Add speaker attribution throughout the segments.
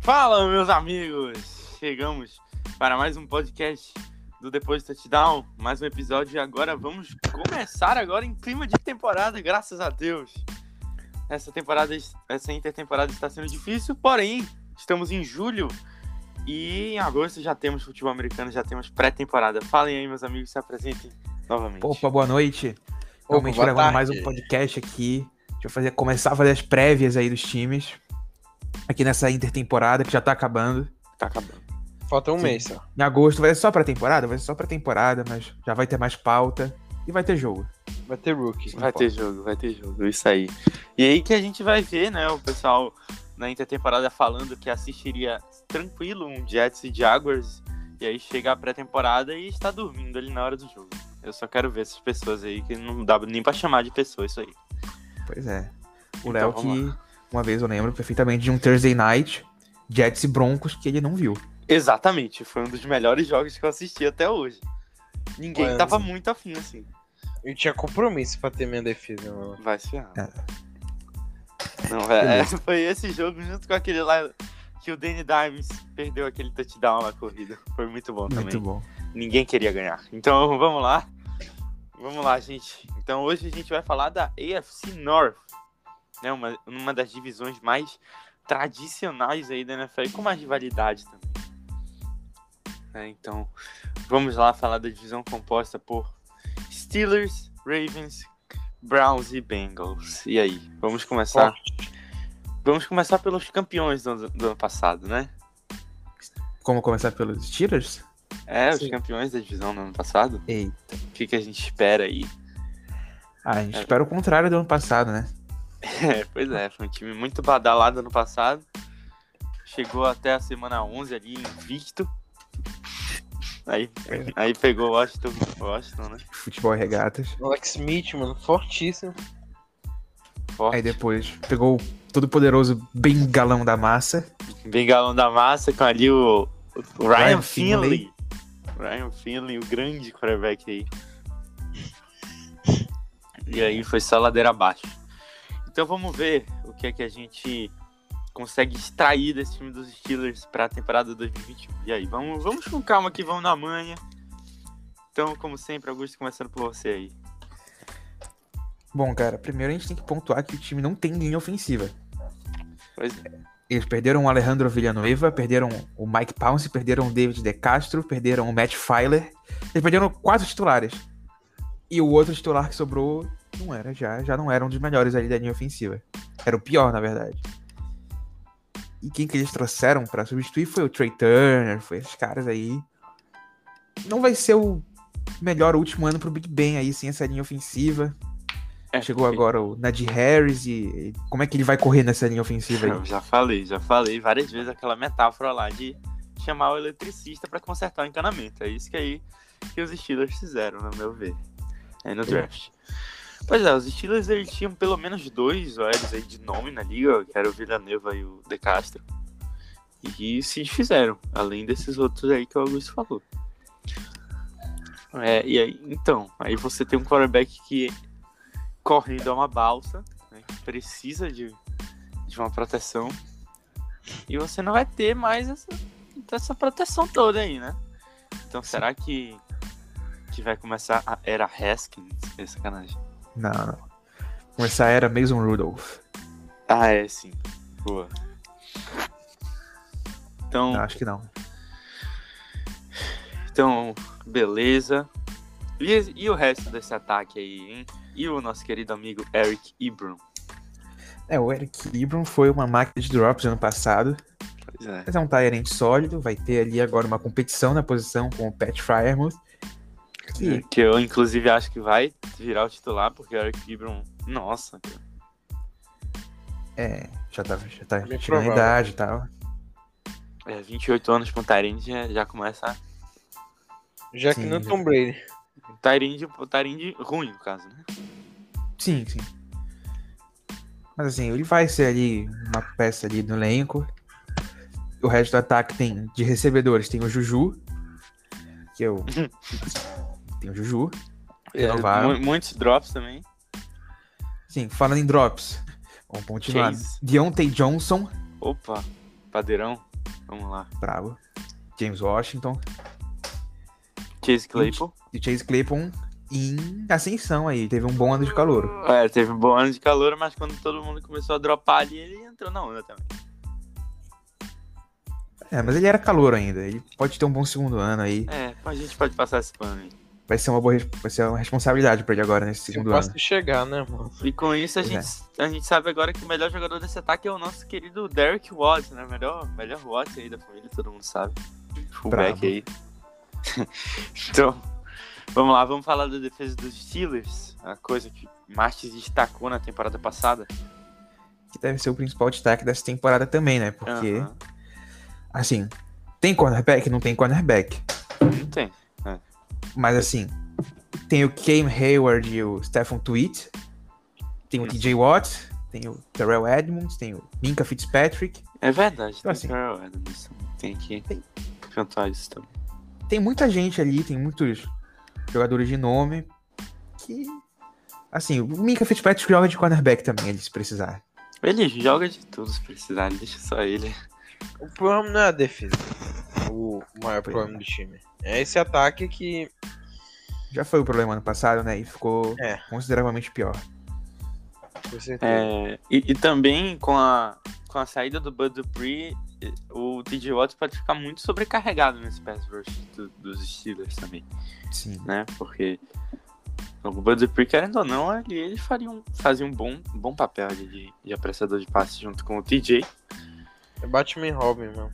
Speaker 1: Fala, meus amigos! Chegamos para mais um podcast do Depois do Touchdown, mais um episódio e agora vamos começar agora em clima de temporada, graças a Deus. Essa temporada, essa intertemporada está sendo difícil, porém, estamos em julho e em agosto já temos futebol americano, já temos pré-temporada. Falem aí, meus amigos, se apresentem novamente.
Speaker 2: Opa, boa noite. Realmente
Speaker 1: boa tarde.
Speaker 2: gravando mais um podcast aqui. Deixa eu fazer, começar a fazer as prévias aí dos times. Aqui nessa intertemporada que já tá acabando.
Speaker 1: Tá acabando.
Speaker 3: Falta um
Speaker 2: Sim.
Speaker 3: mês só.
Speaker 2: Em agosto vai ser só pra temporada? Vai ser só pra temporada, mas já vai ter mais pauta e vai ter jogo.
Speaker 3: Vai ter rookie.
Speaker 1: Vai ter jogo, vai ter jogo, isso aí. E aí que a gente vai ver, né, o pessoal na intertemporada falando que assistiria tranquilo um Jets e Jaguars, e aí chega a pré-temporada e está dormindo ali na hora do jogo. Eu só quero ver essas pessoas aí, que não dá nem pra chamar de pessoa isso aí.
Speaker 2: Pois é. O
Speaker 1: Então,
Speaker 2: Léo
Speaker 1: vamos
Speaker 2: que, uma vez eu lembro perfeitamente de um Thursday Night, Jets e Broncos, que ele não viu.
Speaker 1: Exatamente, foi um dos melhores jogos que eu assisti até hoje. Ninguém
Speaker 3: Ué,
Speaker 1: tava
Speaker 3: mas-
Speaker 1: muito afim, assim.
Speaker 3: Eu tinha compromisso pra ter minha defesa, mano.
Speaker 1: Vai se ferrar.
Speaker 2: É.
Speaker 1: Não, é, é, foi esse jogo junto com aquele lá que o Danny Dimes perdeu aquele touchdown na corrida. Foi muito bom também.
Speaker 2: Muito bom.
Speaker 1: Ninguém queria ganhar. Então vamos lá. Vamos lá, gente. Então hoje a gente vai falar da AFC North, né? Uma, uma das divisões mais tradicionais aí da NFL e com mais rivalidade também. Né, Então vamos lá falar da divisão composta por Steelers, Ravens, Browns e Bengals. E aí, vamos começar? Vamos começar pelos campeões do, do ano passado, né?
Speaker 2: Como começar pelos Steelers?
Speaker 1: É, os
Speaker 3: Sim.
Speaker 1: campeões da divisão do ano passado.
Speaker 2: Ei.
Speaker 1: O que, que a gente espera aí?
Speaker 2: Ah, a gente
Speaker 1: É.
Speaker 2: espera o contrário do ano passado, né?
Speaker 1: É, pois é, foi um time muito badalado ano passado. Chegou até a semana 11 ali, invicto. Aí, aí pegou o Washington, Washington, né?
Speaker 2: Futebol e regatas.
Speaker 3: Alex Smith, mano, fortíssimo.
Speaker 1: Forte.
Speaker 2: Aí depois pegou o todo poderoso bem galão da massa.
Speaker 1: Bem galão da massa com ali o, o Ryan,
Speaker 2: Ryan
Speaker 1: Finley. Ryan Finley, o grande quarterback aí. E aí foi só ladeira abaixo. Então vamos ver o que é que a gente consegue extrair desse time dos Steelers para a temporada 2021. E aí, vamos, vamos com calma aqui, vamos na manha. Então, como sempre, Augusto, começando por você aí.
Speaker 2: Bom, cara, primeiro a gente tem que pontuar que o time não tem linha ofensiva.
Speaker 1: Pois é.
Speaker 2: Eles perderam o Alejandro Villanueva, perderam o Mike Pounce, perderam o David De Castro, perderam o Matt Filer. Eles perderam quatro titulares. E o outro titular que sobrou não era, já, já não era um dos melhores ali da linha ofensiva. Era o pior, na verdade. E quem que eles trouxeram pra substituir foi o Trey Turner, foi esses caras aí. Não vai ser o melhor último ano pro Big Ben aí sem essa linha ofensiva.
Speaker 1: É,
Speaker 2: Chegou
Speaker 1: porque-
Speaker 2: agora o Najee Harris e e como é que ele vai correr nessa linha ofensiva aí?
Speaker 1: Eu já falei, já falei várias vezes aquela metáfora lá de chamar o eletricista pra consertar o encanamento. É isso que aí que os Steelers fizeram, no meu ver. Aí
Speaker 2: É.
Speaker 1: no draft. Pois é, os Steelers eles tinham pelo menos dois OLs aí de nome na liga, que era o Villaneva e o De Castro. E se desfizeram, além desses outros aí que o Augusto falou. É, e aí, então, aí você tem um quarterback que correndo a uma balsa, né, que precisa de de uma proteção. E você não vai ter mais essa, essa proteção toda aí, né? Então será que, que vai começar a era Haskins? É sacanagem.
Speaker 2: Não, não. Começar era Mason Rudolph.
Speaker 1: Ah, é sim. Boa. Então,
Speaker 2: Não,
Speaker 1: Tá.
Speaker 2: acho que não.
Speaker 1: então beleza. E, e o resto desse ataque aí, hein? E o nosso querido amigo Eric Ibram.
Speaker 2: É, o Eric Ibram foi uma máquina de drops ano passado.
Speaker 1: Pois é.
Speaker 2: Mas é um Tyrant sólido. Vai ter ali agora uma competição na posição com o Pat Fryermuth.
Speaker 3: É.
Speaker 2: Que
Speaker 1: É, Que eu, inclusive, acho que vai virar o titular, porque o Eric Ibram. Nossa, cara.
Speaker 2: é, já tá, já tá chegando
Speaker 3: Bem
Speaker 2: na
Speaker 3: provável.
Speaker 2: idade e tal.
Speaker 1: É, 28 anos com o Tyrande já, já começa a
Speaker 3: Já que
Speaker 2: Sim,
Speaker 3: não
Speaker 2: já.
Speaker 3: Tom Brady.
Speaker 1: Tyrande, o Tyrande ruim, no caso, né?
Speaker 2: Sim, sim. Mas assim, ele vai ser ali uma peça ali no elenco. O resto do ataque tem de recebedores, tem o Juju. Que eu. tem o Juju.
Speaker 3: É,
Speaker 2: Renovaram.
Speaker 1: Mu- muitos drops também.
Speaker 2: Sim, falando em drops. Vamos continuar.
Speaker 1: Chase.
Speaker 2: Deontay Johnson
Speaker 1: Opa, padeirão. Vamos lá.
Speaker 2: Bravo. James Washington
Speaker 1: Chase Claypool.
Speaker 2: e Chase Claypool em ascensão aí. Teve um bom ano de calor.
Speaker 1: É, teve um bom ano de calor, mas quando todo mundo começou a dropar ali, ele entrou na onda também.
Speaker 2: É, mas ele era calor ainda. Ele pode ter um bom segundo ano aí.
Speaker 1: É, a gente pode passar esse pano aí.
Speaker 2: Vai ser uma boa res- vai ser uma responsabilidade pra ele agora nesse
Speaker 3: Se eu
Speaker 2: segundo é ano.
Speaker 3: posso é chegar, né, mano?
Speaker 1: E com isso a gente, a gente sabe agora que o melhor jogador desse ataque é o nosso querido Derek Watt, né? Melhor, melhor Watt aí da família, todo mundo sabe. Fullback
Speaker 2: Brabo.
Speaker 1: aí. então, vamos lá, vamos falar da defesa dos Steelers, a coisa que mais se destacou na temporada passada.
Speaker 2: Que deve ser o principal destaque dessa temporada também, né? Porque,
Speaker 1: Aham.
Speaker 2: assim, tem cornerback? Não tem cornerback.
Speaker 1: Não tem.
Speaker 2: Mas assim, tem o Cam Hayward e o Stephen Tweet, tem o
Speaker 1: Hum.
Speaker 2: TJ Watt, tem o Terrell Edmonds, tem o Minka Fitzpatrick.
Speaker 1: É verdade,
Speaker 2: Então,
Speaker 1: tem
Speaker 2: assim-
Speaker 1: Carl Adams, Tem que cantar isso também.
Speaker 2: Tem muita gente ali, tem muitos jogadores de nome que. Assim, o Minka Fitzpatrick joga de cornerback também, ele se precisar.
Speaker 1: Ele joga de tudo se precisar, deixa só ele.
Speaker 3: O problema não é a defesa. O maior
Speaker 2: Pois
Speaker 3: problema
Speaker 2: é.
Speaker 3: do time. É esse ataque que.
Speaker 2: Já foi o problema ano passado, né? E ficou
Speaker 3: É.
Speaker 2: consideravelmente pior.
Speaker 3: Com certeza.
Speaker 1: É, e, e também com a, com a saída do Bud Dupree, eh, o TJ Watt pode ficar muito sobrecarregado nesse pass rush do- dos Steelers também,
Speaker 2: Sim.
Speaker 1: né? Porque o Bud Dupree, querendo ou não, ele, ele faria um, fazia um bom, bom papel ali de, de apreciador de passe junto com o TJ.
Speaker 3: É Batman e Robin, mano.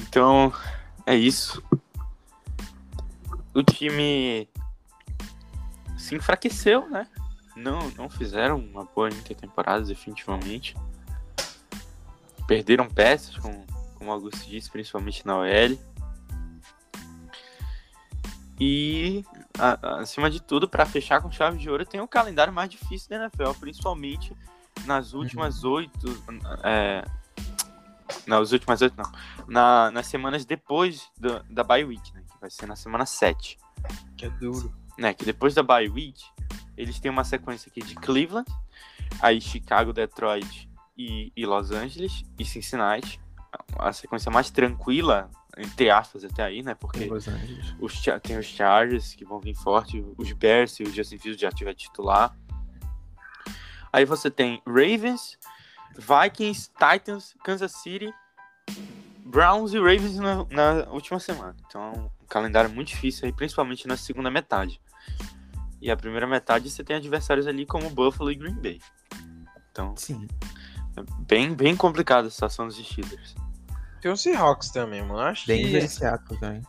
Speaker 1: Então, é isso. O time se enfraqueceu, né? Não, não fizeram uma boa intertemporada, definitivamente. Perderam peças, como, como o Augusto disse, principalmente na OL. E, a- a- acima de tudo, para fechar com chave de ouro, tem o calendário mais difícil da NFL, principalmente nas últimas oito. É, nas últimas oito, não na- nas semanas depois da, da bye week, né? Que vai ser na semana 7.
Speaker 3: Que é duro.
Speaker 1: Né? Que depois da bye week, eles têm uma sequência aqui de Cleveland, aí Chicago, Detroit e, e Los Angeles e Cincinnati. A sequência mais tranquila, entre aspas, até aí, né? Porque
Speaker 2: Los Angeles.
Speaker 1: os, Cha- tem os Chargers que vão vir forte, os Bears e o Justin Fields já tiver titular. Aí você tem Ravens, Vikings, Titans, Kansas City, Browns e Ravens na, na última semana. Então, um calendário muito difícil aí, principalmente na segunda metade. E a primeira metade você tem adversários ali como Buffalo e Green Bay. Então,
Speaker 2: Sim.
Speaker 1: é bem, bem complicada a situação dos Steelers.
Speaker 3: Tem o Seahawks também, mano. Acho
Speaker 2: Bem
Speaker 3: que.
Speaker 2: diferenciado também.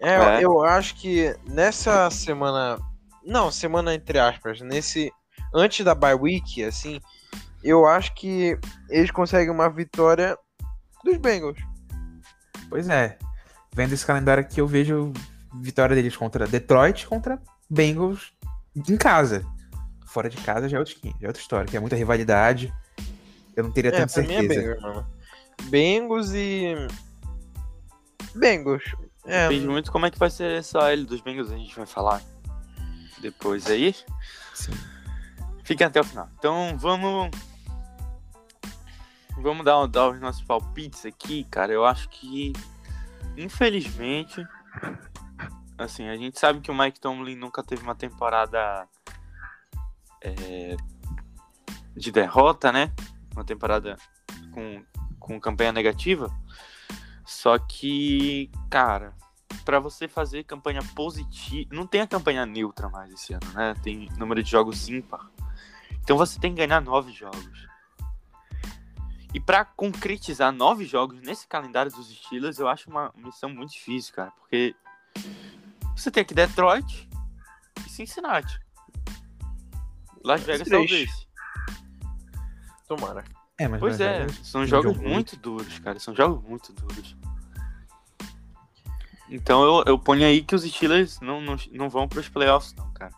Speaker 3: É,
Speaker 1: É.
Speaker 3: eu acho que nessa semana. Não, semana entre aspas, nesse. Antes da bye week, assim, eu acho que eles conseguem uma vitória dos Bengals.
Speaker 2: Pois é. Vendo esse calendário aqui, eu vejo vitória deles contra Detroit, contra Bengals em casa. Fora de casa já é, outro, já é outra história, que é muita rivalidade. Eu não teria
Speaker 3: É,
Speaker 2: tanta
Speaker 3: pra mim é
Speaker 2: certeza.
Speaker 3: Bengals, mano. Bengals e. Bengals. É,
Speaker 1: Depende muito como é que vai ser essa L dos Bengals, a gente vai falar depois aí.
Speaker 2: Sim.
Speaker 1: Fiquem até o final. Então vamos. Vamos dar, dar os nossos palpites aqui, cara. Eu acho que, infelizmente, assim, a gente sabe que o Mike Tomlin nunca teve uma temporada é, de derrota, né? Uma temporada com, com campanha negativa. Só que, cara, pra você fazer campanha positiva. Não tem a campanha neutra mais esse ano, né? Tem número de jogos ímpar. Então você tem que ganhar nove jogos. E pra concretizar nove jogos nesse calendário dos Steelers, eu acho uma missão muito difícil, cara. Porque você tem aqui Detroit e Cincinnati. Las Vegas
Speaker 3: três.
Speaker 1: talvez.
Speaker 3: tomara.
Speaker 2: É, mas
Speaker 1: Pois
Speaker 2: na
Speaker 1: é,
Speaker 2: verdade,
Speaker 1: são
Speaker 2: um
Speaker 1: jogos
Speaker 2: jogo
Speaker 1: muito duros, cara. São jogos muito duros. Então eu, eu ponho aí que os Steelers não, não, não vão pros playoffs, não, cara.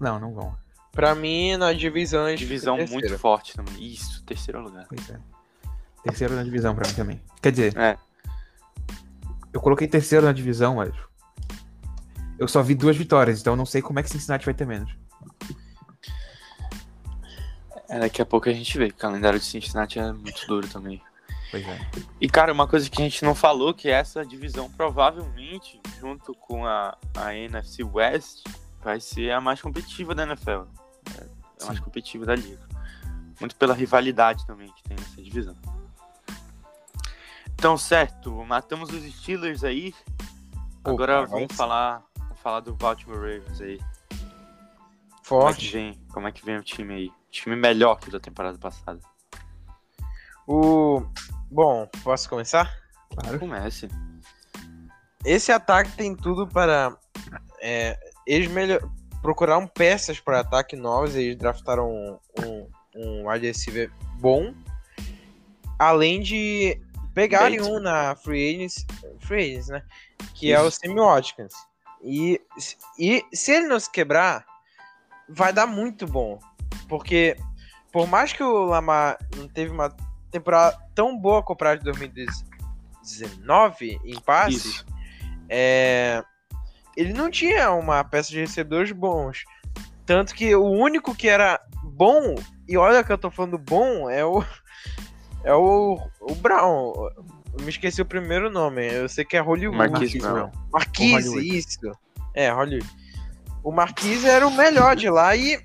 Speaker 2: Não, não vão.
Speaker 3: Pra mim, na divisão. eles
Speaker 1: Divisão
Speaker 3: ficam em
Speaker 1: muito
Speaker 3: terceiro.
Speaker 1: forte também. Isso, terceiro lugar.
Speaker 2: Pois é. Terceiro na divisão pra mim também. Quer dizer,
Speaker 1: É.
Speaker 2: eu coloquei terceiro na divisão, mas. Eu só vi duas vitórias, então eu não sei como é que Cincinnati vai ter menos.
Speaker 1: É, daqui a pouco a gente vê. O calendário de Cincinnati é muito duro também.
Speaker 2: Pois é.
Speaker 1: E, cara, uma coisa que a gente não falou, que essa divisão provavelmente, junto com a, a NFC West, vai ser a mais competitiva da NFL. É, a mais competitiva da liga. Muito pela rivalidade também que tem nessa divisão. Então, certo, matamos os Steelers aí.
Speaker 3: Pô,
Speaker 1: Agora
Speaker 3: cara,
Speaker 1: vamos
Speaker 3: vai-
Speaker 1: falar, vamos falar do Baltimore Ravens aí. Como é que
Speaker 3: Forte.
Speaker 1: vem, como é que vem o time aí? Time melhor que o da temporada passada.
Speaker 3: O... Bom, posso começar?
Speaker 2: Claro.
Speaker 1: Comece.
Speaker 3: Esse ataque tem tudo para é, eles melhor... procuraram peças para ataque novas. Eles draftaram um, um, um wide receiver bom, além de pegarem
Speaker 1: Bates.
Speaker 3: um na free agents, free agents né? Que é o Semioticans. E, se- e se ele não se quebrar, vai dar muito bom, porque por mais que o Lamar não teve uma temporada tão boa com o prazo de 2019 em passes,
Speaker 1: Isso.
Speaker 3: é, ele não tinha uma peça de recebedores bons. Tanto que o único que era bom, e olha que eu tô falando bom, é o. É o, o Brown. Eu me esqueci o primeiro nome. Eu sei que é Hollywood.
Speaker 1: Marquise Brown.
Speaker 3: Marquise,
Speaker 2: O Hollywood.
Speaker 3: isso. É, Hollywood. O Marquise era o melhor de lá e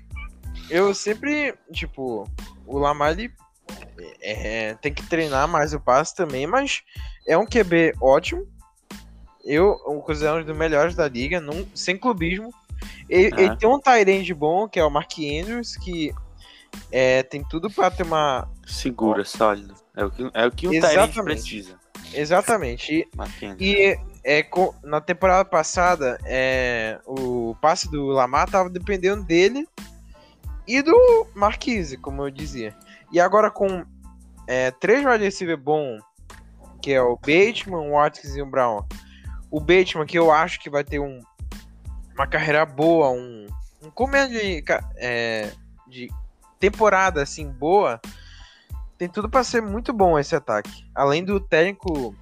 Speaker 3: eu sempre, tipo, o Lamar ele, é, tem que treinar mais o passe também, mas é um QB ótimo. Eu o considero um dos melhores da liga, não, sem clubismo. Ele,
Speaker 1: É.
Speaker 3: ele tem um Tyrande bom, que é o Mark Andrews, que é, tem tudo pra ter uma.
Speaker 1: Segura, sólido. É o que, é o, que um
Speaker 3: Exatamente.
Speaker 1: Tyrant precisa.
Speaker 3: Exatamente. E
Speaker 1: Marquinhos.
Speaker 3: E é, co- na temporada passada, é, o passe do Lamar tava dependendo dele e do Marquise, como eu dizia. E agora com é, três wide receiver bom, que é o Bateman, o Watkins e o Brown. O Bateman, que eu acho que vai ter um, uma carreira boa, um, um começo de, ca- é, de temporada assim boa, tem tudo para ser muito bom esse ataque. Além do técnico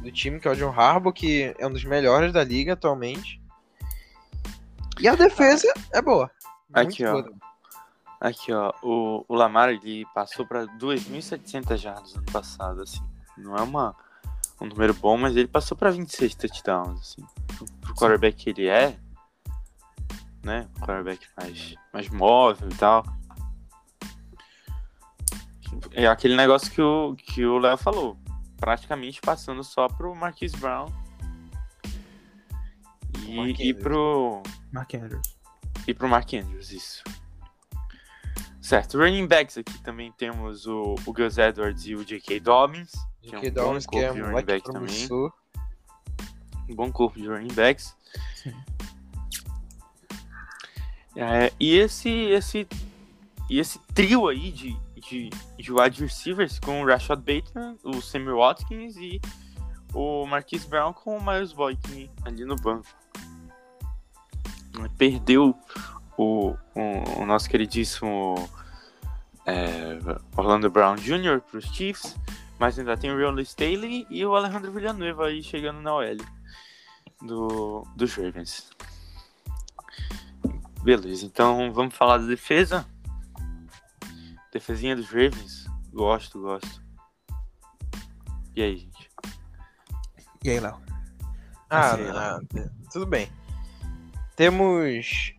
Speaker 3: do time, que é o John Harbaugh, que é um dos melhores da liga atualmente. E a defesa é boa. Muito
Speaker 1: Aqui, ó.
Speaker 3: boa.
Speaker 1: Aqui, ó. O, o Lamar, ele passou pra 2.700 jardas ano passado, assim. Não é uma, um número bom, mas ele passou pra 26 touchdowns, assim. Pro, pro quarterback que ele é, né? O quarterback mais, mais móvel e tal. É aquele negócio que o que o Léo falou. Praticamente passando só pro Marquise Brown.
Speaker 3: Mark
Speaker 1: E, e
Speaker 3: Andrews.
Speaker 1: pro...
Speaker 2: Mark Andrews.
Speaker 1: E pro Mark Andrews, isso. Certo, running backs aqui também temos o, o Gus Edwards e o J.K. Dobbins. que é um
Speaker 3: Que
Speaker 1: bom
Speaker 3: Downs, que
Speaker 1: corpo de
Speaker 3: é um
Speaker 1: running
Speaker 3: moleque
Speaker 1: back também.
Speaker 3: promissor.
Speaker 1: Um bom corpo de running backs. É, e esse, esse, e esse trio aí de, de, de wide receivers com o Rashad Bateman, o Sammy Watkins e o Marquise Brown com o Miles Boykin ali no banco. Perdeu o, o, o nosso queridíssimo é, Orlando Brown Jr. para os Chiefs, mas ainda tem o Real Staley e o Alejandro Villanueva aí chegando na OL do, dos Ravens. Beleza, então vamos falar da defesa. Defesinha dos Ravens. Gosto, gosto. E aí, gente?
Speaker 2: E aí, Léo?
Speaker 3: Ah,
Speaker 2: Sei lá.
Speaker 3: ah, tudo bem. Temos.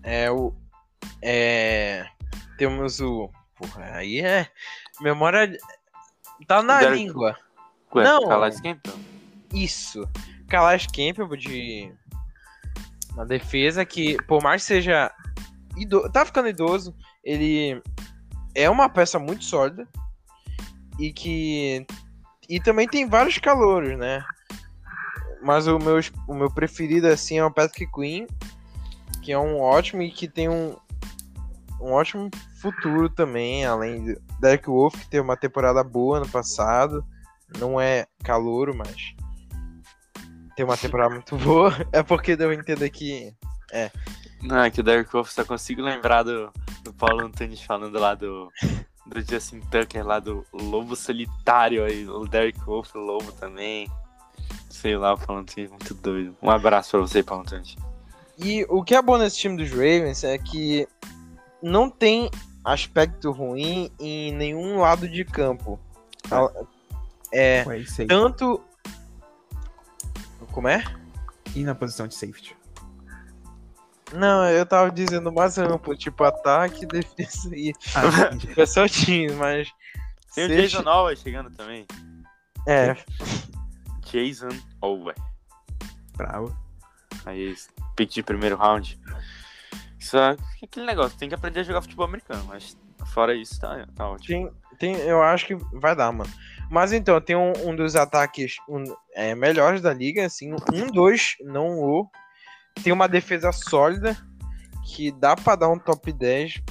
Speaker 3: É o. É. Temos o. Porra, aí é. Memória. Tá na
Speaker 1: Derek-
Speaker 3: língua.
Speaker 1: Ué, tá
Speaker 3: Não.
Speaker 1: Calais Campbell?
Speaker 3: Isso. Calais Campbell de. Na defesa, que por mais que seja. Ido... Tá ficando idoso, ele é uma peça muito sólida. E que. E também tem vários calouros, né? Mas o meu, o meu preferido, assim, é o Patrick Queen, que é um ótimo e que tem um, um ótimo futuro também, além do Derek Wolf, que teve uma temporada boa no passado. Não é calouro, mas tem uma temporada muito boa. É porque deu a entender que.
Speaker 1: Não, é que o Derek Wolf só consigo lembrar do, do Paulo Antunes falando lá do, do Justin Tucker, lá do Lobo Solitário aí, o Derek Wolf, o Lobo também. Sei lá, o Paulo Antunes, muito doido. Um abraço pra você, Paulo Antunes.
Speaker 3: E o que é bom nesse time dos Ravens é que não tem aspecto ruim em nenhum lado de campo. A- é
Speaker 2: Ué, e safety.
Speaker 3: tanto. Como é?
Speaker 2: E na posição de safety.
Speaker 3: Não, eu tava dizendo mais amplo, tipo ataque, defesa e.
Speaker 2: Ah, entendi.
Speaker 3: É só time, mas.
Speaker 1: Tem o
Speaker 3: seja-
Speaker 1: Jason né? Alway chegando também.
Speaker 3: É,
Speaker 1: Jason Alway.
Speaker 2: Bravo.
Speaker 1: Aí, pick de primeiro round. Só que aquele negócio, tem que aprender a jogar futebol americano, mas fora isso, tá, tá ótimo.
Speaker 3: Tem, tem, eu acho que vai dar, mano. Mas então, tem um, um dos ataques um, é, melhores da liga, assim, um, dois, não o. Tem uma defesa sólida que dá pra dar um top 10.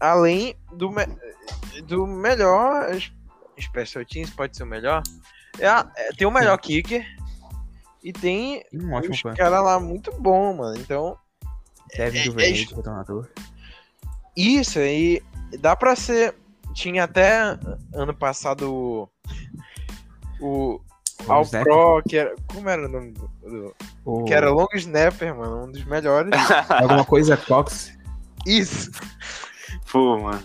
Speaker 3: Além do, me- do melhor. es- Special Teams pode ser o melhor. É a- é, tem o melhor kicker. E tem
Speaker 2: E um ótimo
Speaker 3: uns
Speaker 2: plan.
Speaker 3: caras lá muito bom, mano. Então,
Speaker 2: Devin
Speaker 3: é-
Speaker 2: Duvernay, retornador.
Speaker 3: Isso, aí dá pra ser. Tinha até ano passado o. O
Speaker 2: Long
Speaker 3: All
Speaker 2: snapper.
Speaker 3: Pro, que era. Como era o nome do. do-
Speaker 2: é. O-
Speaker 3: Que era Long Snapper, mano, um dos melhores.
Speaker 2: Alguma coisa Cox.
Speaker 3: Isso!
Speaker 1: Pô, mano.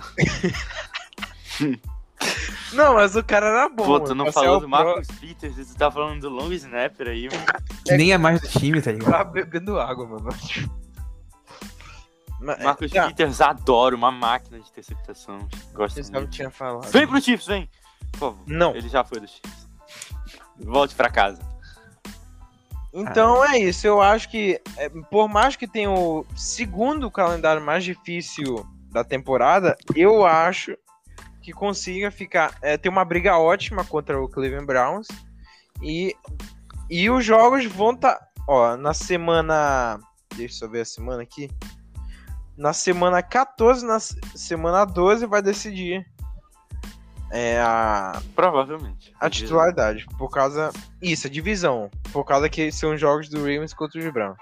Speaker 3: Não, mas o cara era bom.
Speaker 1: Pô,
Speaker 3: mano, assim, é
Speaker 1: tu não
Speaker 3: pra ser
Speaker 1: falou
Speaker 3: All
Speaker 1: do
Speaker 3: Pro,
Speaker 1: Marcos Peters, tu tá falando do long snapper aí, mano.
Speaker 2: Que nem é mais do time, tá ligado?
Speaker 3: Tá bebendo água, mano. Mas,
Speaker 1: Marcos
Speaker 3: ah,
Speaker 1: Peters adora uma máquina de interceptação. Gosto
Speaker 3: você sabe o
Speaker 1: muito.
Speaker 3: que tinha falado.
Speaker 1: Vem pro Chiefs, vem! Por favor.
Speaker 3: Não.
Speaker 1: Ele já foi do Chiefs. Volte pra casa.
Speaker 3: Então é isso, eu acho que é, por mais que tenha o segundo calendário mais difícil da temporada, eu acho que consiga ficar é, ter uma briga ótima contra o Cleveland Browns e e os jogos vão tá, ó, na semana, deixa eu ver a semana aqui. Na semana 14, na se- semana 12 vai decidir é, a
Speaker 1: Provavelmente.
Speaker 3: a titularidade, por causa. Isso, a divisão. Por causa que são jogos do Ravens contra os Browns.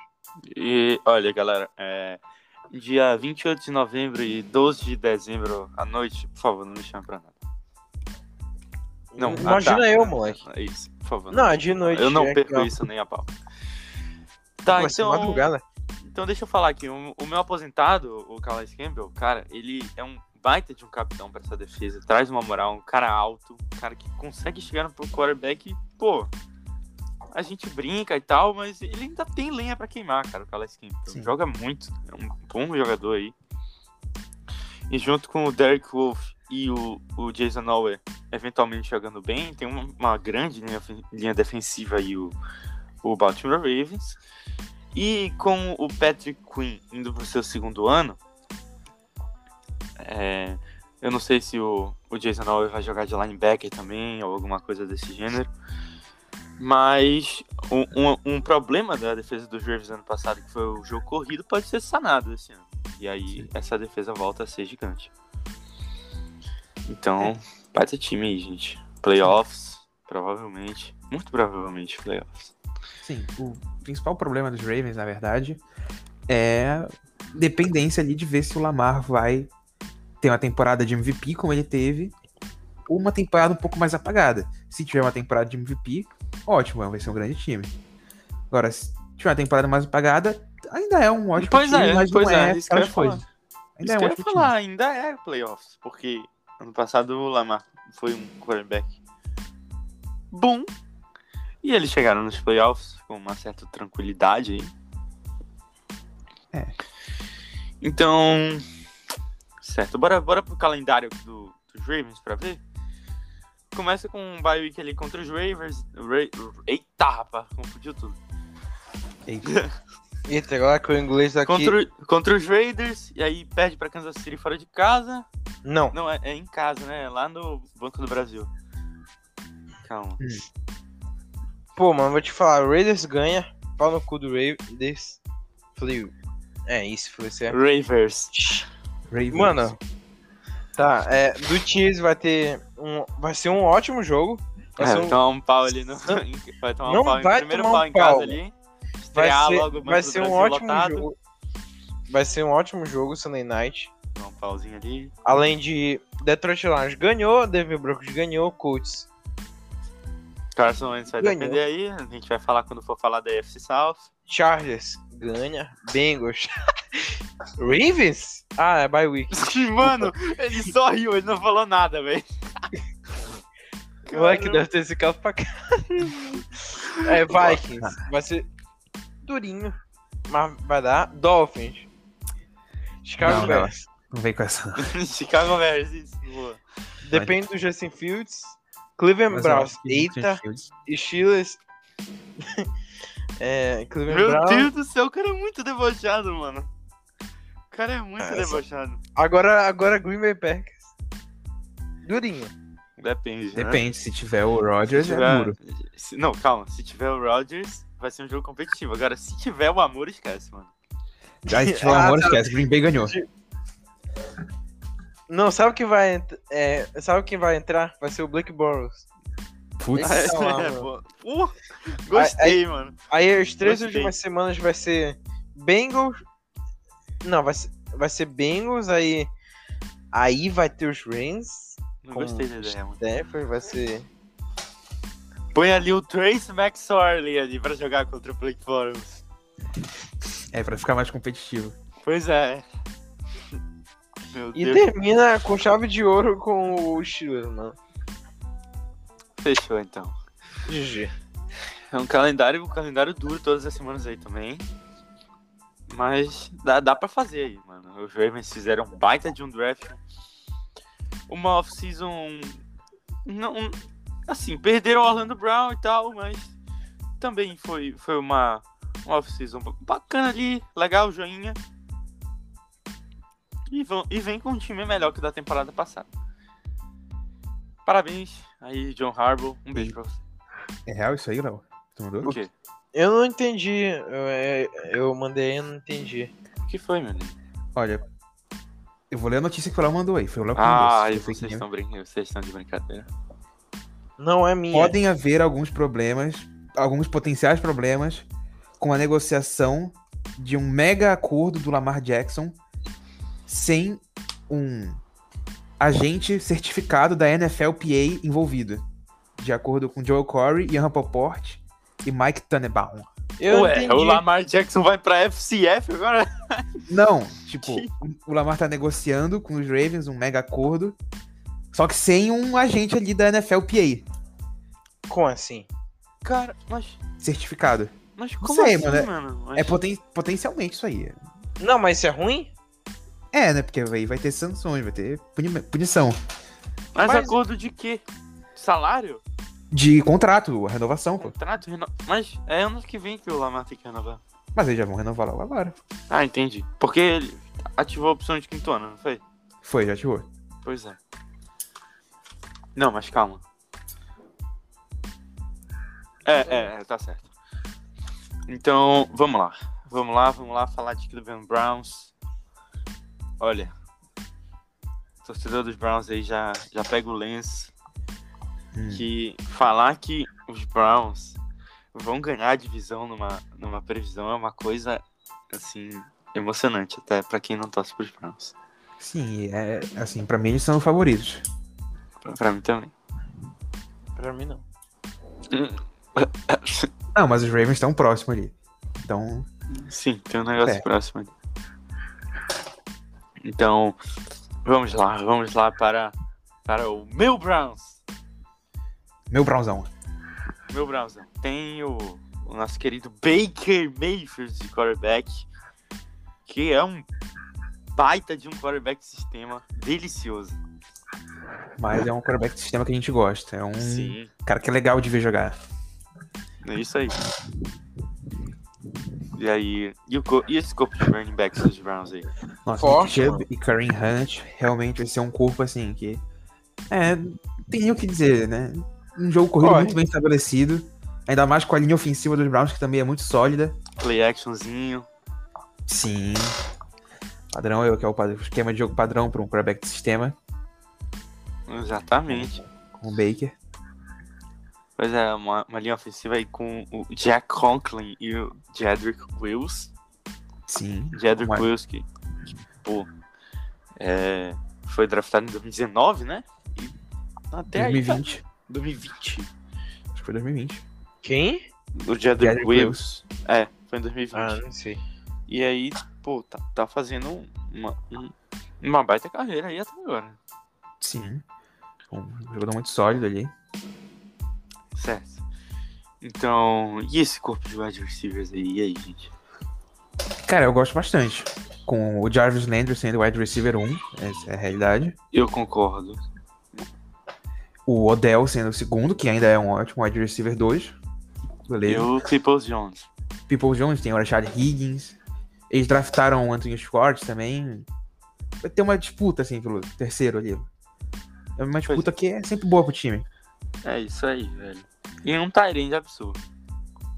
Speaker 1: E olha, galera, é, dia 28 de novembro e 12 de dezembro à noite, por favor, não me chame pra nada. Não, ah,
Speaker 3: Hum. Imagina
Speaker 1: tá.
Speaker 3: eu, moleque.
Speaker 1: É Isso, por favor.
Speaker 3: Não, é de noite.
Speaker 1: eu não
Speaker 3: é
Speaker 1: perco
Speaker 3: que, ó,
Speaker 1: isso nem a pau. Tá,
Speaker 3: vai ser
Speaker 1: então,
Speaker 3: madrugada.
Speaker 1: então deixa eu falar aqui. O, o meu aposentado, o Calais Campbell, cara, ele é um baita de um capitão pra essa defesa. Traz uma moral, um cara alto, um cara que consegue chegar pro quarterback. e, Pô, a gente brinca e tal, mas ele ainda tem lenha pra queimar, cara, o Calais Campbell.
Speaker 2: Sim.
Speaker 1: Joga muito, é um bom jogador aí. E junto com o Derek Wolf e o, o Jason Alwe eventualmente jogando bem, tem uma, uma grande linha, ofen- linha defensiva aí o, o Baltimore Ravens. E com o Patrick Quinn indo pro seu segundo ano, é, eu não sei se o, o Jason Alwe vai jogar de linebacker também ou alguma coisa desse gênero. Mas um, um- um problema da defesa dos Ravens ano passado, que foi o jogo corrido, pode ser sanado esse ano. E aí essa defesa volta a ser gigante. Então, baita time aí, gente. Playoffs, provavelmente. Muito provavelmente playoffs.
Speaker 2: Sim, o principal problema dos Ravens, na verdade, é dependência ali de ver se o Lamar vai ter uma temporada de MVP como ele teve, ou uma temporada um pouco mais apagada. Se tiver uma temporada de MVP, ótimo, vai ser um grande time. Agora, se tiver uma temporada mais apagada, ainda é um ótimo
Speaker 1: Pois
Speaker 2: time,
Speaker 1: é,
Speaker 2: mas
Speaker 1: pois
Speaker 2: não
Speaker 1: é,
Speaker 2: é,
Speaker 1: isso que eu ia
Speaker 2: aquelas coisas.
Speaker 1: Isso
Speaker 2: Ainda
Speaker 1: que
Speaker 2: é um
Speaker 1: eu ia
Speaker 2: ótimo
Speaker 1: falar, ainda é playoffs, porque ano passado o Lamar foi um quarterback bom. E eles chegaram nos playoffs com uma certa tranquilidade aí.
Speaker 2: É.
Speaker 1: Então. Certo, bora, bora pro calendário do, dos Ravens pra ver. Começa com um bye week ali contra os Ravens. Ra- Eita, rapaz, confundiu tudo.
Speaker 2: time. Eita, tá
Speaker 3: Eita, agora que o inglês aqui.
Speaker 1: Contra, o- contra os Raiders, e aí perde pra Kansas City fora de casa.
Speaker 3: Não.
Speaker 1: Não, é, é em casa, né? É Lá no Banco do Brasil. Calma.
Speaker 3: Pô, mano, vou te falar. O Raiders ganha. Pau no cu do Raiders. Falei. É isso, falei certo.
Speaker 1: Ravers.
Speaker 2: Ravens.
Speaker 3: Mano. Tá, é. Do Chiefs vai ter. Um, vai ser um ótimo jogo. Vai ser
Speaker 1: Vai
Speaker 3: um-
Speaker 1: tomar um pau ali no. em- Vai tomar
Speaker 3: Não
Speaker 1: um pau. em-
Speaker 3: vai
Speaker 1: Primeiro
Speaker 3: tomar um
Speaker 1: pau em
Speaker 3: pau.
Speaker 1: casa ali.
Speaker 3: vai
Speaker 1: Estrear
Speaker 3: ser,
Speaker 1: logo o Banco
Speaker 3: vai
Speaker 1: do
Speaker 3: ser um
Speaker 1: Brasil
Speaker 3: ótimo
Speaker 1: lotado.
Speaker 3: jogo. Vai ser um ótimo jogo, Sunday Night.
Speaker 1: Tomar um pauzinho ali.
Speaker 3: Além de Detroit Lions ganhou, Denver Broncos ganhou, Colts.
Speaker 1: Carson Wentz vai
Speaker 3: Ganhou.
Speaker 1: defender aí. A gente vai falar quando for falar da EFC South.
Speaker 3: Chargers ganha, Bengals. Ravens? Ah, é bye week.
Speaker 1: Mano, ele só riu, ele não falou nada, velho.
Speaker 3: Moleque, deve ter esse carro pra caralho. É, Vikings. Vai ser durinho. Mas vai dar Dolphins.
Speaker 2: Não,
Speaker 3: Chicago
Speaker 2: não.
Speaker 3: Bears.
Speaker 2: Não vem com essa. não.
Speaker 1: Chicago Bears, isso. Boa.
Speaker 3: Depende do Justin Fields. Cleveland
Speaker 2: Mas eu
Speaker 3: Browns.
Speaker 2: acho que
Speaker 3: Eita.
Speaker 2: Fields-
Speaker 3: Steelers. é, Cleveland
Speaker 1: Meu
Speaker 3: Browns.
Speaker 1: Deus do céu, o cara é muito debochado, mano. O cara é muito
Speaker 3: Essa-
Speaker 1: debochado.
Speaker 3: Agora, agora Green Bay Packers. Durinho.
Speaker 1: Depende, né?
Speaker 2: Depende, se tiver o Rodgers,
Speaker 1: Se
Speaker 2: é
Speaker 1: tiver-
Speaker 2: duro.
Speaker 1: se- Não, calma. Se tiver o Rodgers, vai ser um jogo competitivo. Agora, se tiver o amor, esquece, mano.
Speaker 2: Aí se tiver o
Speaker 3: Ah,
Speaker 2: amor,
Speaker 3: tá.
Speaker 2: esquece. Green Bay ganhou.
Speaker 1: É.
Speaker 3: Não, sabe quem vai, ent- é, sabe quem vai entrar? Vai ser o Blake Boros.
Speaker 2: Putz,
Speaker 3: Ah, é.
Speaker 1: Sei lá,
Speaker 3: mano.
Speaker 1: pô. Uh, gostei, mano.
Speaker 3: Aí as três
Speaker 1: Gostei.
Speaker 3: últimas semanas vai ser Bengals. Não, vai ser, vai ser Bengals, aí aí vai ter os Rams.
Speaker 1: Não
Speaker 3: com
Speaker 1: gostei da ideia, mano.
Speaker 3: Stafford vai ser
Speaker 1: Põe ali o Trace McSorley ali pra jogar contra o Blake Forums.
Speaker 2: é pra ficar mais competitivo.
Speaker 1: Pois é. Meu
Speaker 3: e
Speaker 1: Deus,
Speaker 3: termina com chave de ouro com o Steelers, mano.
Speaker 1: fechou então.
Speaker 3: GG.
Speaker 1: É um calendário, um calendário duro todas as semanas aí também. Mas dá, dá pra fazer aí, mano. Os Ravens fizeram um baita de um draft. Uma off-season. Não, assim, perderam o Orlando Brown e tal, mas também foi, foi uma, uma off-season bacana ali, legal, joinha. E, vão, e vem com um time melhor que o da temporada passada. Parabéns aí, John Harbaugh. Um beijo pra você.
Speaker 2: É real isso aí, Léo? Tu mandou?
Speaker 1: O quê?
Speaker 3: Eu não entendi. Eu, é, eu mandei, eu não entendi.
Speaker 1: O que foi, meu Deus?
Speaker 2: Olha, eu vou ler a notícia que o Léo mandou aí. Foi o Léo que mandou.
Speaker 1: Ah,
Speaker 2: se
Speaker 1: e
Speaker 2: você
Speaker 1: vocês
Speaker 2: quer.
Speaker 1: estão, brin... vocês estão de brincadeira.
Speaker 3: Não é minha.
Speaker 2: Podem haver alguns problemas, alguns potenciais problemas com a negociação de um mega acordo do Lamar Jackson sem um agente certificado da NFLPA envolvido, de acordo com Joe Corey, Ian Rapoport e Mike Tannenbaum.
Speaker 3: Eu
Speaker 1: Ué,
Speaker 3: entendi.
Speaker 1: o Lamar Jackson vai pra FCF agora?
Speaker 2: Não, tipo, o Lamar tá negociando com os Ravens um mega acordo, só que sem um agente ali da NFLPA
Speaker 3: Como assim?
Speaker 1: Cara, mas,
Speaker 2: certificado.
Speaker 1: mas
Speaker 2: Não
Speaker 1: como
Speaker 2: sei,
Speaker 1: assim,
Speaker 2: mano, é-
Speaker 1: mano? Mas-
Speaker 2: É poten- potencialmente isso aí.
Speaker 3: Não, mas isso é ruim?
Speaker 2: É, né? Porque aí vai ter sanções, vai ter puni- punição.
Speaker 1: Mas,
Speaker 3: mas-
Speaker 1: acordo de quê? Salário?
Speaker 2: De contrato, renovação, pô.
Speaker 1: Contrato? Reno... Mas é ano que vem que o Lamar tem que renovar.
Speaker 2: Mas eles já vão renovar logo agora.
Speaker 1: Ah, entendi. Porque ele ativou a opção de quinto ano, não foi?
Speaker 2: Foi, já ativou.
Speaker 1: Pois é. Não, mas calma. É, é, é, tá certo. Então, vamos lá. Vamos lá, vamos lá falar de Cleveland Browns. Olha, o torcedor dos Browns aí já, já pega o lenço
Speaker 2: Hum.
Speaker 1: que falar que os Browns vão ganhar a divisão numa, numa previsão é uma coisa, assim, emocionante até pra quem não torce pros Browns.
Speaker 2: Sim, é assim, pra mim eles são os favoritos.
Speaker 1: Pra- Pra mim também.
Speaker 3: Pra mim não.
Speaker 2: Não, mas os Ravens estão próximo ali. Então,
Speaker 1: Sim, tem um negócio
Speaker 2: É.
Speaker 1: próximo ali. Então, vamos lá, vamos lá para, para o meu Browns.
Speaker 2: meu Brownzão.
Speaker 1: Meu Browns. Tem o, o nosso querido Baker Mayfield de quarterback, que é um baita de um quarterback sistema delicioso.
Speaker 2: Mas é um quarterback de sistema que a gente gosta. É um
Speaker 1: Sim,
Speaker 2: cara que é legal de ver jogar.
Speaker 1: é isso aí. E aí, e, o, co- e esse corpo de running backs dos Browns aí?
Speaker 2: Nossa,
Speaker 3: Forte,
Speaker 2: Nick
Speaker 3: mano.
Speaker 2: Chubb e Kareem Hunt realmente vai ser um corpo assim que. É, não tem nem o que dizer, né? Um jogo corrido
Speaker 3: Olha.
Speaker 2: muito bem estabelecido. Ainda mais com a linha ofensiva dos Browns, que também é muito sólida.
Speaker 1: Play actionzinho.
Speaker 2: Sim. Padrão é o que é o padrão, esquema de jogo padrão para um quarterback de sistema,
Speaker 1: Exatamente.
Speaker 2: com o Baker.
Speaker 1: Pois é, uma, uma linha ofensiva aí com o Jack Conklin e o Jedrick Wills.
Speaker 2: Sim.
Speaker 1: Jedrick
Speaker 2: Uma-
Speaker 1: Wills que, que, pô, é, foi draftado em 2019, né? E até aí. tá-
Speaker 2: 2020.
Speaker 1: 2020.
Speaker 2: Acho que foi 2020.
Speaker 3: Quem?
Speaker 1: O Jedrick,
Speaker 2: Jedrick
Speaker 1: Wills. É, foi em 2020.
Speaker 3: Ah, não sei.
Speaker 1: E aí, pô, tá, tá fazendo uma, um- uma baita carreira aí até agora.
Speaker 2: Sim. Um jogador muito sólido ali.
Speaker 1: Certo. Então, e esse corpo de wide receivers aí? E aí, gente?
Speaker 2: Cara, eu gosto bastante. Com o Jarvis Landry sendo wide receiver 1, essa é a realidade.
Speaker 1: Eu concordo.
Speaker 2: O Odell sendo o segundo, que ainda é um ótimo wide receiver 2.
Speaker 1: E
Speaker 2: Beleza.
Speaker 1: o Peoples Jones.
Speaker 2: People Jones, tem o Rashad Higgins. Eles draftaram o Anthony Schwartz também. Vai ter uma disputa, assim, pelo terceiro ali. É uma disputa que é sempre boa pro time.
Speaker 1: É isso aí, velho. E um Tyrande absurdo.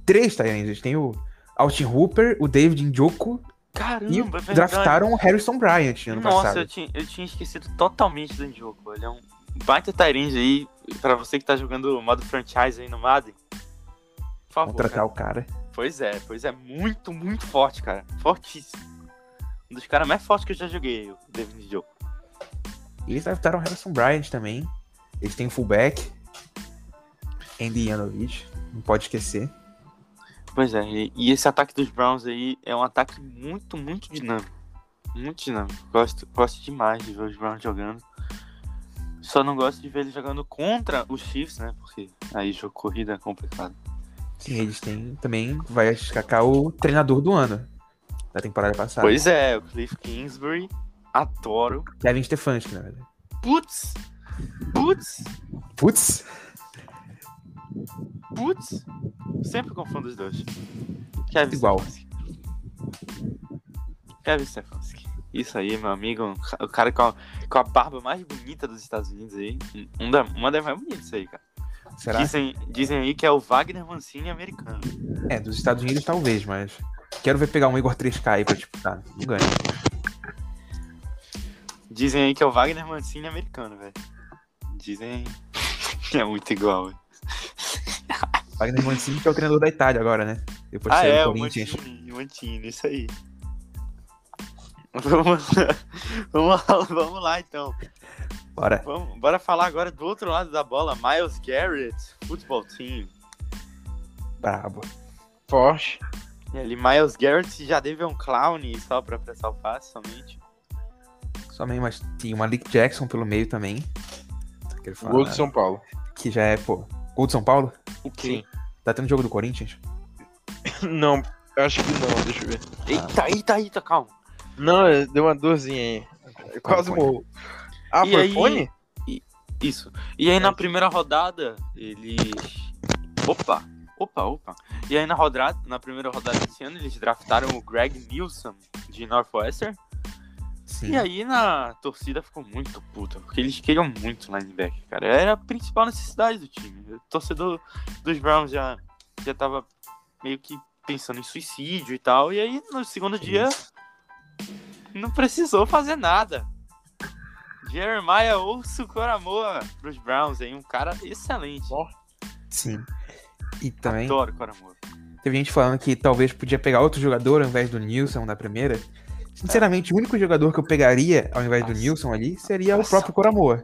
Speaker 2: Três Tyrants. Tem o Austin Hooper, o David Njoku
Speaker 1: Caramba,
Speaker 2: e
Speaker 1: é verdade.
Speaker 2: draftaram o Harrison Bryant ano
Speaker 1: Nossa,
Speaker 2: passado.
Speaker 1: eu tinha, eu tinha esquecido totalmente do Njoku. Ele é um baita Tyrande aí. Pra você que tá jogando o modo franchise aí no Madden. Por favor,
Speaker 2: Contratar
Speaker 1: cara.
Speaker 2: o cara.
Speaker 1: Pois é, pois é. Muito, muito forte, cara. Fortíssimo. Um dos caras mais fortes que eu já joguei, o David Njoku.
Speaker 2: Eles draftaram o Harrison Bryant também. Eles têm um fullback. Andy Yanovich. Não pode esquecer.
Speaker 1: Pois é, e e esse ataque dos Browns aí é um ataque muito, muito dinâmico. Muito dinâmico. Gosto, gosto demais de ver os Browns jogando. Só não gosto de ver eles jogando contra os Chiefs, né? Porque aí jogo corrida é complicado.
Speaker 2: E eles têm também, vai destacar o treinador do ano. Da temporada passada.
Speaker 1: Pois é, o Cliff Kingsbury, adoro.
Speaker 2: Kevin Stefanski, na verdade.
Speaker 1: Putz! Putz!
Speaker 2: Putz!
Speaker 1: Putz! Sempre confundo os dois. Kevin
Speaker 2: Igual.
Speaker 1: Stefanski. Kevin Stefanski. Isso aí, meu amigo. O cara com a, com a barba mais bonita dos Estados Unidos aí. Um da, uma das mais bonitas aí, cara.
Speaker 2: Será?
Speaker 1: Dizem, dizem aí que é o Wagner Mancini americano.
Speaker 2: É, dos Estados Unidos talvez, mas. Quero ver pegar um Igor 3K aí pra disputar. Não ganha.
Speaker 1: Dizem aí que é o Wagner Mancini americano, velho. Dizem que é muito igual, velho.
Speaker 2: Wagner Mancini que é o treinador da Itália agora, né? Depois de
Speaker 1: Ah,
Speaker 2: sair do
Speaker 1: é, o
Speaker 2: Corinthians.
Speaker 1: Mantini, o Mantini, isso aí. Vamos, vamos, lá- vamos lá, então.
Speaker 2: Bora.
Speaker 1: Vamos, bora falar agora do outro lado da bola. Miles Garrett, futebol team.
Speaker 2: Brabo.
Speaker 3: Forte.
Speaker 1: E ali, Miles Garrett já teve um clown só pra pressar o passe somente.
Speaker 2: Só meio, mas tinha o Malik Jackson pelo meio também. Não Quero falar
Speaker 3: Gol de
Speaker 1: Ah.
Speaker 2: nada.
Speaker 3: São Paulo.
Speaker 2: Que já é, pô. Gol do São Paulo?
Speaker 1: O
Speaker 3: quê?
Speaker 2: Tá tendo jogo do Corinthians?
Speaker 3: Não, acho que não, deixa eu ver.
Speaker 1: Eita, eita, eita, calma.
Speaker 3: Não, deu uma dorzinha aí. Eu quase
Speaker 2: Foi, foi.
Speaker 3: morro. Ah,
Speaker 1: E
Speaker 3: foi
Speaker 1: aí?
Speaker 3: fone?
Speaker 1: Isso. E aí na primeira rodada, eles. Opa! Opa, opa. E aí na rodada, na primeira rodada desse ano, eles draftaram o Greg Nilsson de Northwestern.
Speaker 2: Sim.
Speaker 1: E aí na torcida ficou muito puta, porque eles queriam muito linebacker, cara. Era a principal necessidade do time. O torcedor dos Browns já, já tava meio que pensando em suicídio e tal. E aí no segundo dia não precisou fazer nada. Jeremiah Urso Coramoa pros Browns aí, um cara excelente.
Speaker 2: Sim. E também
Speaker 1: Adoro Coramoa.
Speaker 2: teve gente falando que talvez podia pegar outro jogador ao invés do Nilson na primeira. Sinceramente, o único jogador que eu pegaria ao invés do
Speaker 1: Nossa.
Speaker 2: Nilson ali seria o
Speaker 1: Nossa.
Speaker 2: próprio Coramoa.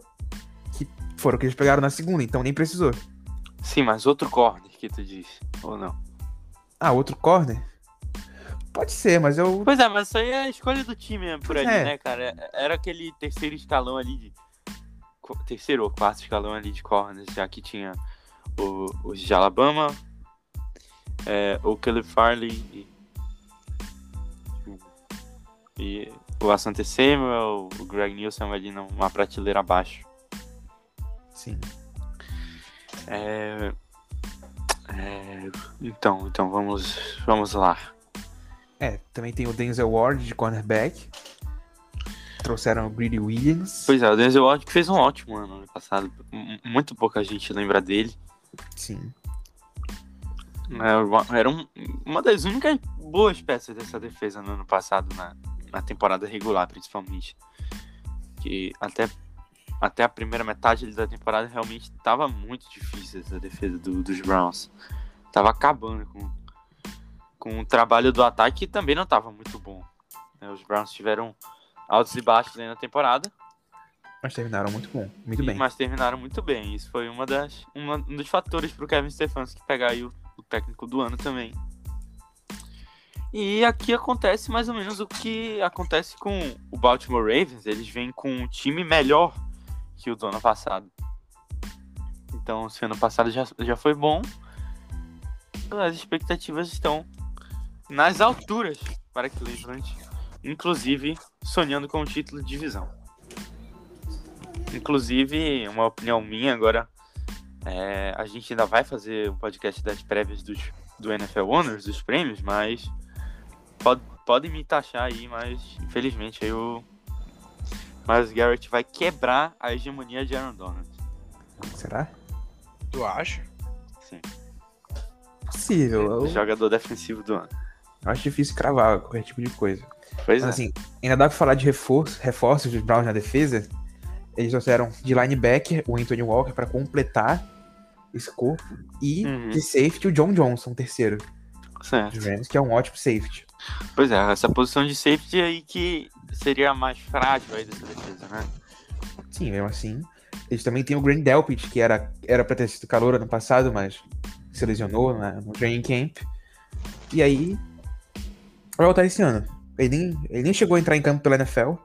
Speaker 2: Que foram o que eles pegaram na segunda, então nem precisou.
Speaker 1: Sim, mas outro corner que tu diz, ou não?
Speaker 2: Ah, outro corner? Pode ser, mas eu.
Speaker 1: Pois é, mas isso aí é a escolha do time mesmo por
Speaker 2: Pois
Speaker 1: ali,
Speaker 2: é.
Speaker 1: né, cara? Era aquele terceiro escalão ali de. qu- Terceiro ou quarto escalão ali de corners, já que tinha o, os de Alabama, é, o Caleb Farley e, e o Asante Samuel, o Greg Nielsen ali numa prateleira abaixo.
Speaker 2: Sim.
Speaker 1: É, é, então, então vamos, vamos lá.
Speaker 2: É, também tem o Denzel Ward de cornerback. Trouxeram o Greedy Williams.
Speaker 1: Pois é, o Denzel Ward que fez um ótimo ano ano passado. M- Muito pouca gente lembra dele.
Speaker 2: Sim.
Speaker 1: Era uma- Era um- uma das únicas boas peças dessa defesa no ano passado, na, na temporada regular, principalmente. Que até, até a primeira metade da temporada realmente tava muito difícil essa defesa do- dos Browns. Tava acabando com, com o trabalho do ataque que também não tava muito bom. né? Os Browns tiveram altos e baixos aí na temporada.
Speaker 2: Mas terminaram muito bom. Muito
Speaker 1: E-
Speaker 2: bem.
Speaker 1: Mas terminaram muito bem. Isso foi uma das, uma- um dos fatores pro Kevin Stefanski pegar aí o, o técnico do ano também. E aqui acontece mais ou menos o que acontece com o Baltimore Ravens. Eles vêm com um time melhor que o do ano passado. Então, se ano passado já, já foi bom, as expectativas estão nas alturas para Cleveland, inclusive sonhando com o título de divisão. Inclusive, uma opinião minha agora, é, a gente ainda vai fazer o podcast das prévias dos, do NFL Honors, dos prêmios, mas pode, podem me taxar aí, mas infelizmente aí o Miles Garrett vai quebrar a hegemonia de Aaron Donald.
Speaker 2: Será?
Speaker 3: Tu acha?
Speaker 1: Sim. é,
Speaker 2: Possível. Eu
Speaker 1: Jogador defensivo do ano.
Speaker 2: eu acho difícil cravar qualquer tipo de coisa.
Speaker 1: Pois
Speaker 2: Mas
Speaker 1: é.
Speaker 2: assim, ainda dá pra falar de reforço, reforços dos Browns na defesa. Eles trouxeram de linebacker o Anthony Walker pra completar esse corpo. E
Speaker 1: Uhum.
Speaker 2: de safety o John Johnson, terceiro
Speaker 1: Certo.
Speaker 2: dos Rams, que é um ótimo safety.
Speaker 1: Pois é, essa posição de safety aí que seria a mais frágil aí dessa defesa, né?
Speaker 2: Sim, mesmo assim. Eles também têm o Grand Delpit, que era, era pra ter sido calor ano passado, mas se lesionou na- no training camp. E aí. Vai voltar esse ano. Ele nem, ele nem chegou a entrar em campo pela NFL.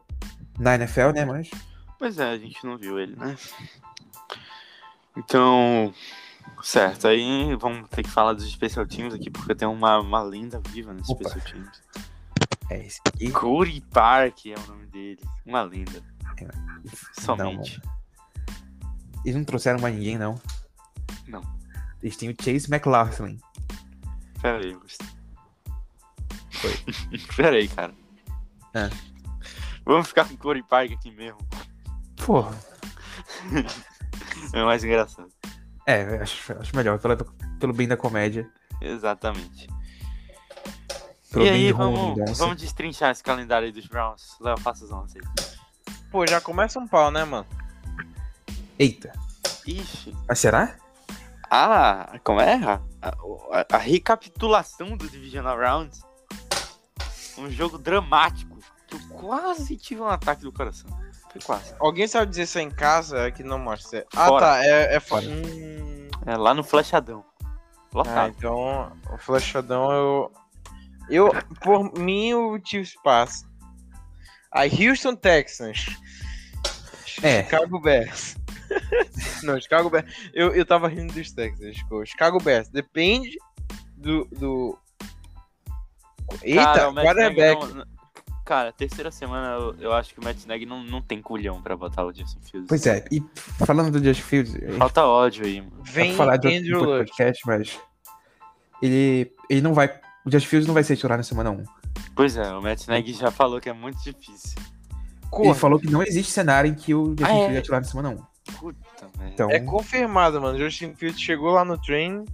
Speaker 2: Na NFL, né? Mas.
Speaker 1: Pois é, a gente não viu ele, né? Então, certo, aí vamos ter que falar dos special teams aqui, porque tem uma, uma lenda viva nos
Speaker 2: Opa.
Speaker 1: special teams.
Speaker 2: É esse aqui.
Speaker 1: Corey Park é o nome dele. Uma lenda.
Speaker 2: É.
Speaker 1: Somente.
Speaker 2: Eles não trouxeram mais ninguém, não.
Speaker 1: Não.
Speaker 2: Eles têm o Chase McLaughlin.
Speaker 1: Pera aí, Gustavo.
Speaker 2: Foi.
Speaker 1: Pera aí, cara.
Speaker 2: É.
Speaker 1: Vamos ficar com o Corey Park aqui mesmo.
Speaker 2: Porra.
Speaker 1: É mais engraçado.
Speaker 2: É, eu acho, acho melhor, pela- pelo bem da comédia.
Speaker 1: Exatamente.
Speaker 2: Pelo
Speaker 1: e
Speaker 2: bem
Speaker 1: aí,
Speaker 2: de Ron
Speaker 1: vamos,
Speaker 2: Johnson.
Speaker 1: vamos destrinchar esse calendário aí dos Browns. Léo, faça as ondas aí.
Speaker 3: Pô, já começa um pau, né, mano?
Speaker 2: Eita.
Speaker 1: Ixi.
Speaker 2: Mas será?
Speaker 1: Ah, como é? A, a- a recapitulação do Divisional Round. Um jogo dramático. Que eu quase tive um ataque do coração. Foi quase.
Speaker 3: Alguém sabe dizer se é em casa? É que não mostra. Ah,
Speaker 1: Fora.
Speaker 3: tá. É, é fora.
Speaker 2: Fora.
Speaker 3: Hum,
Speaker 1: É, lá no flechadão.
Speaker 3: ah,
Speaker 1: Lotado.
Speaker 3: então, o flechadão eu. Eu, por mim, o Chiefs passa. Aí, Houston Texans.
Speaker 2: É.
Speaker 3: Chicago Bears. não, Chicago Bears. Eu, eu tava rindo dos Texans. pô. Chicago Bears. Depende do. do...
Speaker 1: Cara,
Speaker 3: Eita,
Speaker 1: o Matt Nagy
Speaker 3: quarterback.
Speaker 1: não- não- Cara, terceira semana eu, eu acho que o Matt Neg não, não tem culhão pra botar o Jason Fields.
Speaker 2: Pois é, e falando do Josh Fields, a gente
Speaker 1: Falta ódio aí, mano.
Speaker 2: vai
Speaker 3: Vem
Speaker 2: falar de outro
Speaker 3: Andrew
Speaker 2: tipo de
Speaker 3: Luck.
Speaker 2: podcast, mas ele, ele não vai. O Josh Fields não vai ser titular na semana 1.
Speaker 1: Pois é, o Matt Neg já falou que é muito difícil.
Speaker 2: Ele
Speaker 3: Corno.
Speaker 2: falou que não existe cenário em que o Josh
Speaker 1: Ah, é.
Speaker 2: Fields é titular na semana 1.
Speaker 1: Puta merda.
Speaker 2: Então,
Speaker 3: É confirmado, mano. Justin Fields chegou lá no treino.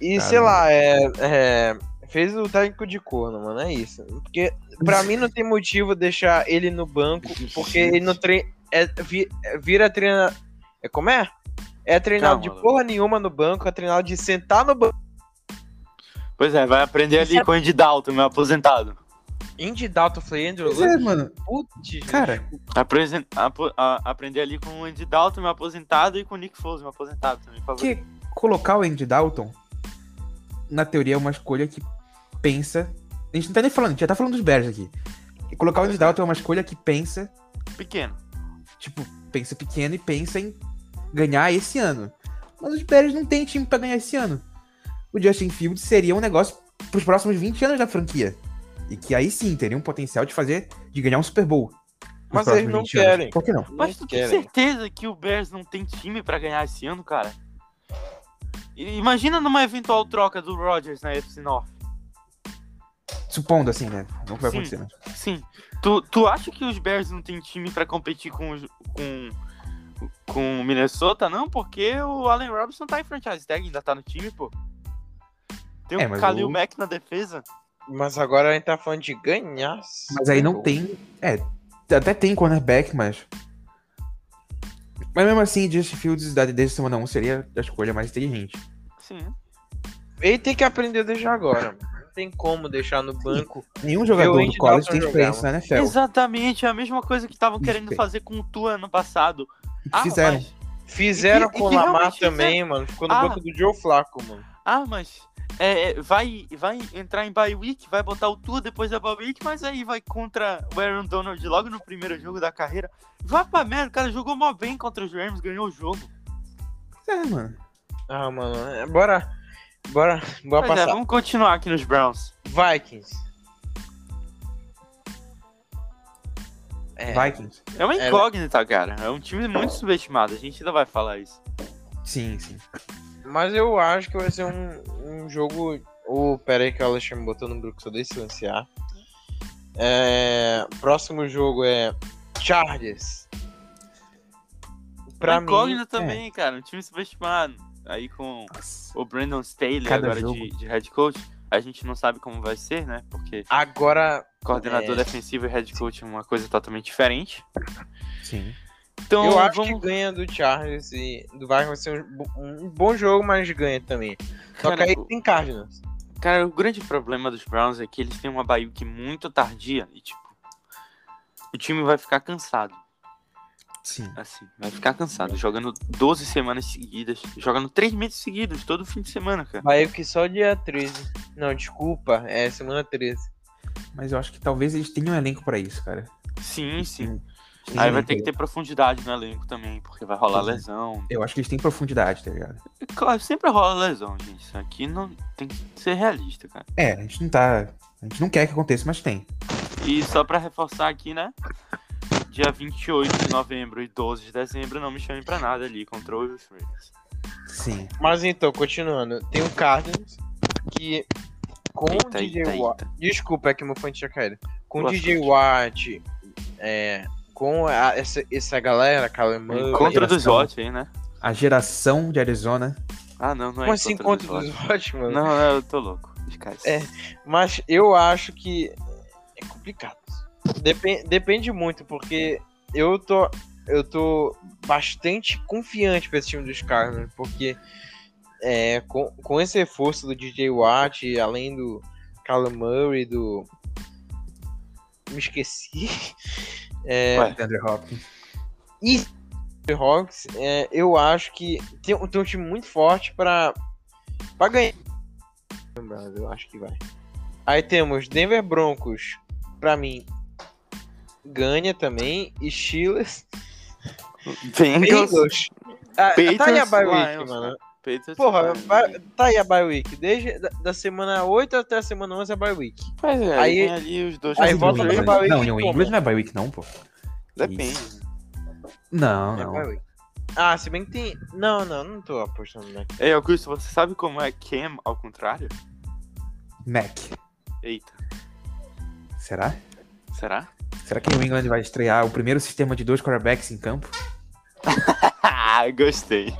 Speaker 3: E
Speaker 2: Cara,
Speaker 3: sei lá, é, é, fez o técnico de corno, mano. É isso. Porque pra mim não tem motivo deixar ele no banco, porque ele no treino. É, vi- é, vira treina. É, como é? É treinado
Speaker 1: Calma,
Speaker 3: de
Speaker 1: Lu.
Speaker 3: porra nenhuma no banco, é treinado de sentar no banco.
Speaker 1: Pois é, vai aprender ali com o Andy Dalton, meu aposentado.
Speaker 3: Indy Dalton, eu falei, Andrew
Speaker 2: pois é,
Speaker 3: Luck,
Speaker 2: mano.
Speaker 3: putz,
Speaker 2: Cara,
Speaker 1: Apresen- apo- a- aprender ali com o Andy Dalton, meu aposentado, e com o Nick Foles, meu aposentado também. por favor.
Speaker 2: que colocar o Andy Dalton, na teoria, é uma escolha que pensa. A gente não tá nem falando, a gente já tá falando dos Bears aqui. E colocar o Andy Dalton é uma escolha que pensa
Speaker 1: Pequeno.
Speaker 2: tipo, pensa pequeno e pensa em ganhar esse ano. Mas os Bears não tem time pra ganhar esse ano. O Justin Fields seria um negócio pros próximos 20 anos da franquia. E que aí sim teria um potencial de fazer, de ganhar um Super Bowl. nos
Speaker 3: Mas
Speaker 2: próximos
Speaker 3: eles não
Speaker 2: 20 anos.
Speaker 3: querem.
Speaker 2: Por que não?
Speaker 1: Mas tu
Speaker 3: não
Speaker 1: tem
Speaker 3: querem.
Speaker 1: certeza que o Bears não tem time pra ganhar esse ano, cara? E- Imagina numa eventual troca do Rodgers na FC North.
Speaker 2: Supondo assim, né? Não que vai
Speaker 1: Sim.
Speaker 2: acontecer. Né?
Speaker 1: Sim. Tu, tu acha que os Bears não tem time pra competir com, os- com, com o Minnesota, não? Porque o Allen Robinson tá em franchise tag, ainda tá no time, pô. Tem
Speaker 2: É,
Speaker 1: o
Speaker 2: mas
Speaker 1: Khalil
Speaker 2: o-
Speaker 1: Mack na defesa.
Speaker 3: Mas agora a gente tá falando de ganhar.
Speaker 2: Mas aí não tem. É, até tem cornerback, mas. Mas mesmo assim, Justin Fields da- desde semana 1 seria a escolha mais inteligente.
Speaker 1: Sim.
Speaker 3: Ele tem que aprender desde agora. mano. Não tem como deixar no banco.
Speaker 2: Nenhum jogador do
Speaker 3: Andy
Speaker 2: college
Speaker 3: Dalton
Speaker 2: tem
Speaker 3: jogar,
Speaker 2: experiência na NFL.
Speaker 1: Exatamente, é a mesma coisa que estavam querendo
Speaker 2: Perfeito.
Speaker 1: fazer com o Tua ano passado.
Speaker 2: E que
Speaker 1: Ah,
Speaker 2: fizeram.
Speaker 1: mas,
Speaker 3: Fizeram
Speaker 1: E que- e
Speaker 3: com o
Speaker 1: que
Speaker 3: Lamar
Speaker 1: realmente
Speaker 3: também, mano. Ficou no
Speaker 1: Ah.
Speaker 3: banco do Joe Flaco, mano.
Speaker 1: ah, mas é, é, vai, vai entrar em bye week, vai botar o Tua depois da bye week, mas aí vai contra o Aaron Donald logo no primeiro jogo da carreira. Vá pra merda, o cara jogou mó bem contra os Rams, ganhou o jogo.
Speaker 2: É, mano.
Speaker 3: Ah, mano, é, bora. Bora, bora
Speaker 1: Mas é,
Speaker 3: passar.
Speaker 1: vamos continuar aqui nos Browns.
Speaker 3: Vikings. É,
Speaker 2: Vikings.
Speaker 1: É uma
Speaker 3: É.
Speaker 1: incógnita, cara. É um time muito subestimado. A gente ainda vai falar isso. É
Speaker 2: Sim, sim.
Speaker 3: Mas eu acho que vai ser um, um jogo. Ô, pera aí que o Alexandre me botou no grupo, só dei silenciar. É, próximo jogo é Chargers.
Speaker 1: uma
Speaker 3: Pra mim, é.
Speaker 1: incógnita também, cara. Um time subestimado. Aí com
Speaker 2: Nossa.
Speaker 1: o Brandon Staley
Speaker 2: Cada
Speaker 1: agora
Speaker 2: jogo.
Speaker 1: de, de head coach. A gente não sabe como vai ser, né? Porque
Speaker 3: agora
Speaker 1: coordenador
Speaker 3: É.
Speaker 1: defensivo e head coach é uma coisa totalmente diferente.
Speaker 2: Sim.
Speaker 1: Então,
Speaker 3: eu acho
Speaker 1: vamos...
Speaker 3: que ganha do Chargers e do Vikings vai ser um, bo- um bom jogo, mas ganha também. Só que
Speaker 1: Cara,
Speaker 3: aí
Speaker 1: o-
Speaker 3: tem Cardinals.
Speaker 1: Cara, o grande problema dos Browns é que eles têm uma bye week muito tardia e, tipo, o time vai ficar cansado,
Speaker 2: Sim.
Speaker 1: assim, vai ficar cansado, jogando 12 semanas seguidas, jogando 3 meses seguidos, todo fim de semana, cara.
Speaker 3: Vai que só dia 13. Não, desculpa, é semana 13.
Speaker 2: Mas eu acho que talvez eles tenham um elenco pra isso, cara.
Speaker 1: Sim, sim. Aí
Speaker 2: Tem um
Speaker 1: vai
Speaker 2: elenco.
Speaker 1: ter que ter profundidade no elenco também, porque vai rolar
Speaker 2: Sim.
Speaker 1: lesão.
Speaker 2: Eu acho que eles têm profundidade, tá ligado?
Speaker 1: Claro, sempre rola lesão, gente. Isso aqui não tem que ser realista, cara.
Speaker 2: É, a gente não tá. A gente não quer que aconteça, mas tem.
Speaker 1: E só pra reforçar aqui, né? Dia 28 de novembro e 12 de dezembro, não me chamem pra nada ali contra os Ravens.
Speaker 2: Sim.
Speaker 3: Mas então, continuando, tem o Cardinals que com o
Speaker 1: Eita,
Speaker 3: DJ
Speaker 1: eita,
Speaker 3: Watt.
Speaker 1: eita.
Speaker 3: Desculpa, é que meu fone tinha caído. Com o
Speaker 1: Boa
Speaker 3: DJ
Speaker 1: sorte.
Speaker 3: Watt, é, com a- essa, essa galera, Calemã.
Speaker 1: Encontro dos
Speaker 2: geração.
Speaker 1: Hot aí, né?
Speaker 2: A geração de Arizona.
Speaker 1: Ah, não, não é
Speaker 3: Como assim
Speaker 1: encontro
Speaker 3: encontro dos né?
Speaker 1: Hot.
Speaker 3: Watt, mano?
Speaker 1: Não, não, eu tô louco. Esquece.
Speaker 3: É. Mas eu acho que é complicado. Depen- depende muito, porque eu tô, eu tô bastante confiante pra esse time dos Cardinals, porque é, com, com esse reforço do DJ Watt, além do Callum Murray, do... Me esqueci. É,
Speaker 1: Ué.
Speaker 2: Thunder Hopkins.
Speaker 3: e Hawks, é, eu acho que tem, um- tem um time muito forte pra, pra ganhar. Lembrando, Eu acho que vai. Aí temos Denver Broncos, pra mim, ganha também. E Steelers.
Speaker 1: É Bengals,
Speaker 3: Bengals. Ah, tá aí a
Speaker 1: Patriots,
Speaker 3: bye week,
Speaker 1: Lions.
Speaker 3: mano.
Speaker 1: Patriots,
Speaker 3: Porra,
Speaker 1: Lions.
Speaker 3: vai- tá aí a bye week. Desde da, da semana 8 até a semana 11 é a bye week.
Speaker 1: Pois é,
Speaker 3: aí-
Speaker 1: aí tem ali os dois.
Speaker 3: aí
Speaker 1: times
Speaker 3: volta
Speaker 1: do
Speaker 3: pra
Speaker 1: Ravens.
Speaker 3: Bye Week
Speaker 2: Ah, Não, New
Speaker 3: como?
Speaker 2: England não é bye week, não, pô.
Speaker 1: Depende.
Speaker 2: Não,
Speaker 3: É bye
Speaker 2: não.
Speaker 3: week. Ah, se bem que tem. Não, não, não tô apostando, né?
Speaker 1: Ei, Augusto, você sabe como é Cam ao contrário?
Speaker 2: Mac.
Speaker 1: Eita,
Speaker 2: Será?
Speaker 1: será?
Speaker 2: Será que New England vai estrear o primeiro sistema de dois quarterbacks em campo?
Speaker 1: Ah, Gostei.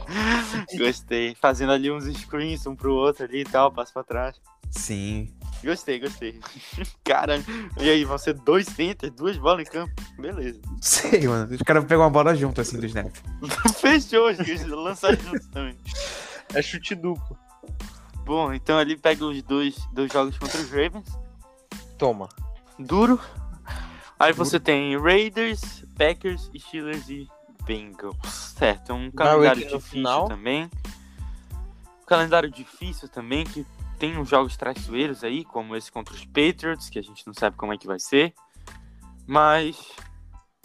Speaker 1: Gostei. Fazendo ali uns screens um pro outro ali e tal, passo pra trás.
Speaker 2: Sim.
Speaker 1: Gostei, gostei. Cara, e aí, vão ser dois centers, duas bolas em campo. Beleza.
Speaker 2: Não sei, mano. Os caras pegam a bola junto, assim, do snap.
Speaker 1: Fechou, esqueci de lançar juntos também.
Speaker 3: É chute duplo.
Speaker 1: Bom, então ali pega os dois, dois jogos contra os Ravens.
Speaker 3: Toma.
Speaker 1: Duro. Aí você tem Raiders, Packers, Steelers e Bengals. Certo, é um calendário
Speaker 3: week no
Speaker 1: difícil
Speaker 3: final.
Speaker 1: também. Um calendário difícil também, que tem uns jogos traiçoeiros aí, como esse contra os Patriots, que a gente não sabe como é que vai ser. Mas,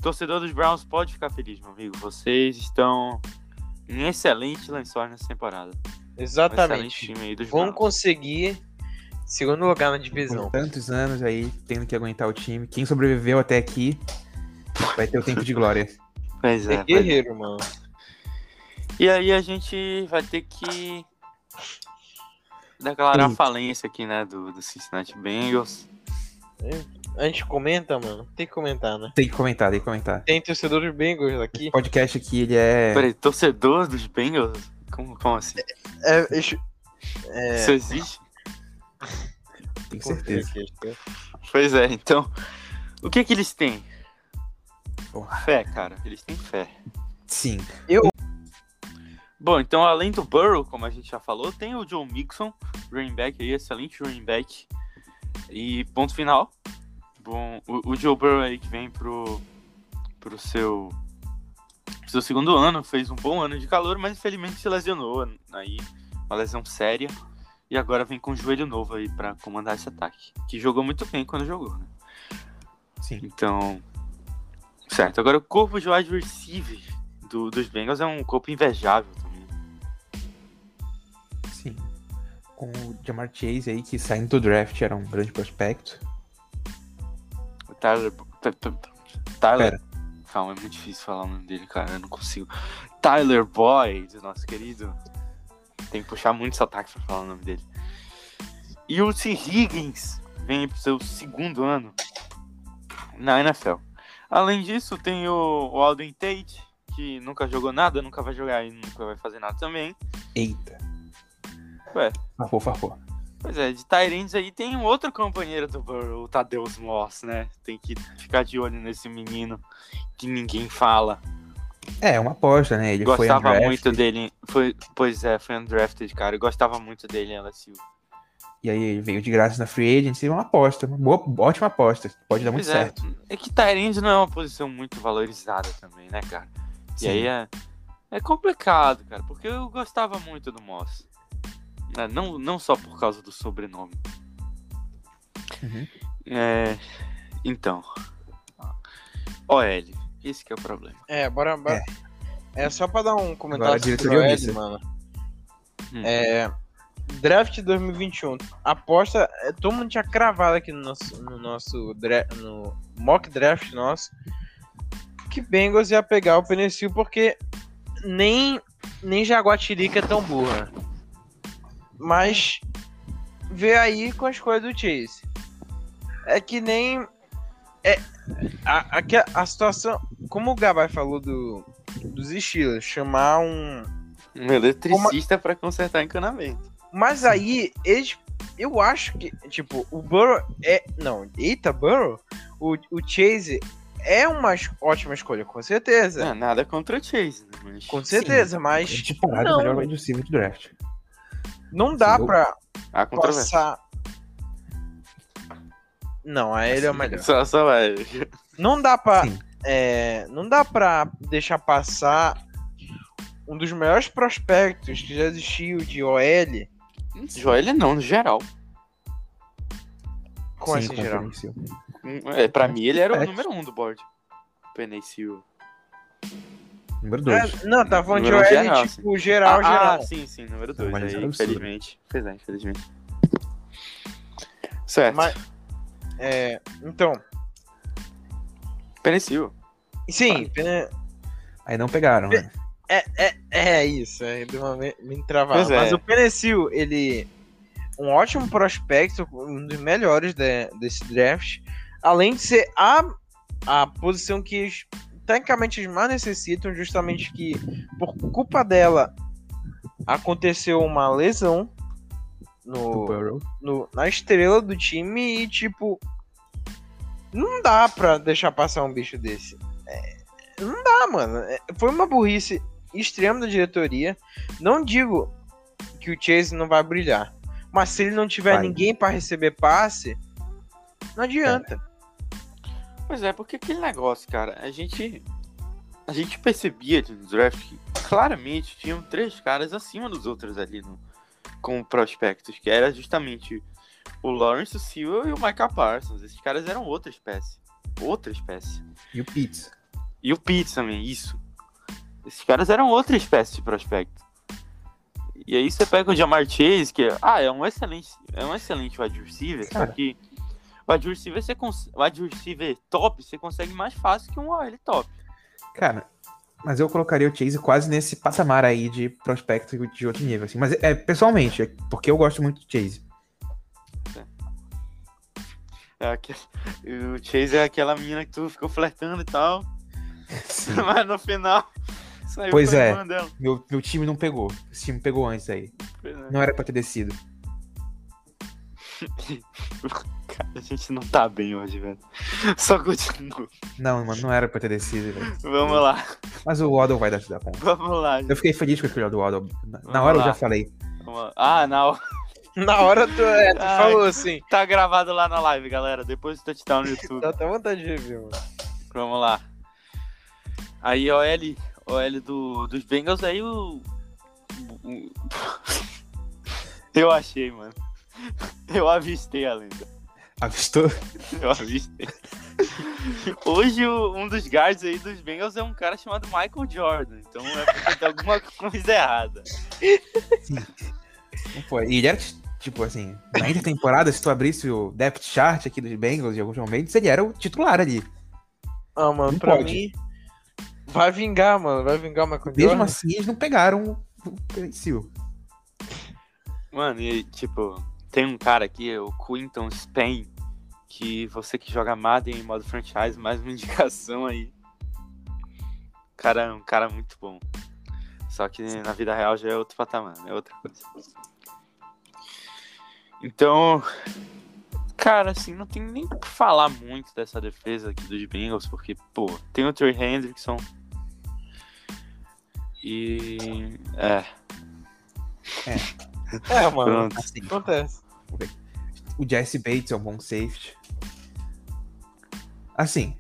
Speaker 1: torcedor dos Browns, pode ficar feliz, meu amigo. Vocês estão em excelente lençóis nessa temporada. Um excelente
Speaker 3: Exatamente.
Speaker 1: time aí dos
Speaker 3: Vão
Speaker 1: Browns.
Speaker 3: conseguir segundo lugar na
Speaker 2: Com
Speaker 3: divisão. é
Speaker 2: tantos anos aí, tendo que aguentar o time. Quem sobreviveu até aqui vai ter o tempo de glória.
Speaker 1: Pois
Speaker 3: É
Speaker 1: é, pois é.
Speaker 3: guerreiro, mano.
Speaker 1: E aí a gente vai ter que declarar a
Speaker 2: Eita.
Speaker 1: falência aqui, né, do, do Cincinnati Bengals.
Speaker 3: A gente comenta, mano. Tem que comentar, né?
Speaker 2: Tem que comentar, tem que comentar.
Speaker 3: Tem torcedor do Bengals aqui.
Speaker 2: O podcast aqui, ele é.
Speaker 1: Peraí, torcedor dos Bengals? Como, como assim?
Speaker 3: É, deixa eu É.
Speaker 1: Isso existe?
Speaker 2: Tenho
Speaker 3: conferir
Speaker 2: certeza.
Speaker 3: aqui. acho que é.
Speaker 1: Pois é, então. O que que eles têm?
Speaker 2: Porra.
Speaker 1: Fé, cara. Eles têm fé.
Speaker 2: Sim.
Speaker 1: Bom, então além do Burrow, como a gente já falou, tem o John Mixon, running back aí, excelente running back. E ponto final. Bom, o, o Joe Burrow aí que vem pro, pro seu, pro seu segundo ano, fez um bom ano de calor, mas infelizmente se lesionou aí, uma lesão séria. E agora vem com o joelho novo aí pra comandar esse ataque. Que jogou muito bem quando jogou, né?
Speaker 2: Sim.
Speaker 1: Então. Certo, agora o corpo de wide receiver do, dos Bengals é um corpo invejável também.
Speaker 2: com o Jamar Chase aí, que saindo do draft era um grande prospecto.
Speaker 1: O Tyler. Tyler.
Speaker 2: Pera.
Speaker 1: Calma, é muito difícil falar o nome dele, cara. Eu não consigo. Tyler Boyd, nosso querido. Tem que puxar muito sotaque pra falar o nome dele. E o T. Higgins vem pro seu segundo ano na NFL. Além disso, tem o, o Alden Tate, que nunca jogou nada, nunca vai jogar e nunca vai fazer nada também.
Speaker 2: Eita.
Speaker 1: Ué.
Speaker 2: Farfou, farfou.
Speaker 1: Pois é, de Tyrants aí tem um outro companheiro do Burrow, o Tadeus Moss, né? Tem que ficar de olho nesse menino que ninguém fala.
Speaker 2: É, uma aposta, né? Ele foi
Speaker 1: gostava
Speaker 2: undrafted,
Speaker 1: muito dele. Foi, pois é, foi undrafted, cara. Eu gostava muito dele, ela Silva.
Speaker 2: E aí ele veio de graça na free agency, é uma aposta. Uma boa, ótima aposta. Pode dar muito
Speaker 1: Pois é.
Speaker 2: certo.
Speaker 1: É que Tyrande não é uma posição muito valorizada também, né, cara? E
Speaker 2: Sim.
Speaker 1: aí é, é complicado, cara, porque eu gostava muito do Moss. Né, Não, não só por causa do sobrenome.
Speaker 2: Uhum.
Speaker 1: É, então. OL. Esse que é o problema.
Speaker 3: É, bora. bora. É. só pra dar um
Speaker 2: Agora
Speaker 3: comentário
Speaker 2: a
Speaker 3: sobre
Speaker 2: diretoria
Speaker 3: o Ed,
Speaker 2: omissa.
Speaker 3: mano.
Speaker 1: Hum.
Speaker 3: É. Draft 2021. Aposta. é, Todo mundo tinha cravado aqui no nosso, no nosso dra- no mock draft nosso. Que Bengals ia pegar o Penicil porque nem, nem Jaguatirica é tão burra. Mas vê aí com a escolha do Chase. É que nem. É, a, aque- a situação. Como o Gabai falou do, dos Steelers, chamar um.
Speaker 1: Um eletricista pra consertar encanamento.
Speaker 3: Mas aí, eles. Eu acho que. Tipo, o Burrow é. Não, eita, Burrow? O, o Chase é uma es- ótima escolha, com certeza.
Speaker 2: É.
Speaker 1: Não, nada contra o Chase, né? Mas...
Speaker 3: É. Com certeza, mas.
Speaker 2: De parada, o
Speaker 3: não,
Speaker 2: melhor wide receiver do draft.
Speaker 3: não dá
Speaker 2: Sim, eu-
Speaker 3: pra
Speaker 1: Há controvérsia.
Speaker 3: passar. Não, aí ele é o melhor.
Speaker 1: Só, só vai.
Speaker 3: Não dá pra.
Speaker 2: Sim.
Speaker 3: é, não dá pra deixar passar um dos melhores prospectos que já existiu de OL
Speaker 1: Joel é não, no geral.
Speaker 3: com
Speaker 2: Sim,
Speaker 3: esse assim, geral.
Speaker 2: compreensível.
Speaker 1: É, pra mim, ele era o
Speaker 2: Perfeito.
Speaker 1: número um do board. Penicil.
Speaker 2: Número dois. um
Speaker 3: É, não, tá falando de
Speaker 1: Número
Speaker 3: OL
Speaker 1: geral,
Speaker 3: tipo
Speaker 2: Ah,
Speaker 3: geral, geral.
Speaker 1: Ah, sim, sim, número
Speaker 2: Não,
Speaker 1: dois
Speaker 2: mas
Speaker 1: aí,
Speaker 2: era absurdo.
Speaker 1: infelizmente. Pois é, infelizmente. Certo.
Speaker 3: Mas- É, então,
Speaker 1: Penicil.
Speaker 3: sim, né,
Speaker 2: Aí não pegaram, né?
Speaker 3: é, é, é isso, é, deu uma me, me entravada.
Speaker 1: Pois é.
Speaker 3: Mas o Penecil, ele um ótimo prospecto, um dos melhores de- desse draft, além de ser a, a posição que eles, tecnicamente eles mais necessitam, justamente que por culpa dela aconteceu uma lesão
Speaker 2: Do
Speaker 3: no,
Speaker 2: Burrow.
Speaker 3: no- na estrela do time e, tipo, não dá pra deixar passar um bicho desse. É, não dá, mano. É, foi uma burrice extrema da diretoria. Não digo que o Chase não vai brilhar, mas se ele não tiver
Speaker 2: Vai.
Speaker 3: ninguém pra receber passe, não
Speaker 2: É.
Speaker 3: adianta.
Speaker 1: Pois é, porque aquele negócio, cara, a gente. A gente percebia ali no draft que claramente tinham três caras acima dos outros ali no, com prospectos, que era justamente o Lawrence o Sewell e o Micah Parsons. Esses caras eram outra espécie. Outra espécie.
Speaker 2: E o Pitts.
Speaker 1: E o Pitts também, isso. Esses caras eram outra espécie de prospecto. E aí você pega o Jamar Chase, que é, ah, é um excelente, é um excelente wide receiver, só
Speaker 2: Cara.
Speaker 1: que o wide receiver, você cons... o wide receiver top você consegue mais fácil que um OL top.
Speaker 2: Cara, mas eu colocaria o Chase quase nesse patamar aí de prospecto de outro nível, assim. Mas é, pessoalmente, é porque eu gosto muito do Chase.
Speaker 1: É aquele- O Chase é aquela menina que tu ficou flertando e tal,
Speaker 2: Sim.
Speaker 1: mas no final saiu
Speaker 2: Pois
Speaker 1: com a
Speaker 2: é.
Speaker 1: irmã dela.
Speaker 2: Meu, meu time não pegou. Esse time pegou antes aí.
Speaker 1: Pois é.
Speaker 2: Não era pra ter descido.
Speaker 1: Cara, a gente não tá bem hoje, velho. Só continua.
Speaker 2: Não, mano, não era pra ter descido, velho.
Speaker 1: Vamos lá,
Speaker 2: Mas o Waddle vai dar dar conta.
Speaker 1: vamos lá.
Speaker 2: Eu
Speaker 1: gente.
Speaker 2: fiquei feliz com a escolha do Waddle. Na, na
Speaker 1: Vamos
Speaker 2: hora
Speaker 1: lá.
Speaker 2: eu já falei.
Speaker 1: Vamos lá. Ah, não.
Speaker 3: Na hora tu, é, tu
Speaker 1: Ai.
Speaker 3: falou assim.
Speaker 1: Tá gravado lá na live, galera. Depois do touchdown no YouTube.
Speaker 3: Dá até vontade de ver, mano.
Speaker 1: Vamos lá. Aí, OL, OL do, dos Bengals, aí o. o- Eu achei, mano. Eu avistei a lenda.
Speaker 2: Avistou?
Speaker 1: Eu avistei. Hoje, o- um dos guards aí dos Bengals é um cara chamado Michael Jordan. Então é porque tem alguma coisa errada.
Speaker 2: Não foi. E ele era t- Tipo assim, na intertemporada, se tu abrisse o depth chart aqui dos Bengals em alguns momentos, ele era o titular ali.
Speaker 3: Ah, mano,
Speaker 2: Não
Speaker 3: pra
Speaker 2: pode.
Speaker 3: mim. Vai vingar, mano. Vai vingar o Michael
Speaker 2: Mesmo
Speaker 3: Jordan.
Speaker 2: assim, eles não pegaram o Pencil.
Speaker 1: Mano, e tipo, tem um cara aqui, o Quinton Spain, que você que joga Madden em modo franchise, mais uma indicação aí. Cara, é um cara muito bom. Só que na vida real já é outro patamar, é outra coisa. Então, cara, assim, não tem nem o que falar muito dessa defesa aqui dos Bengals, porque, pô, tem o Trey Hendrickson. E. É,
Speaker 3: É, mano.
Speaker 1: pronto.
Speaker 2: Assim,
Speaker 3: Acontece.
Speaker 2: o Jesse Bates é um bom safety. Assim,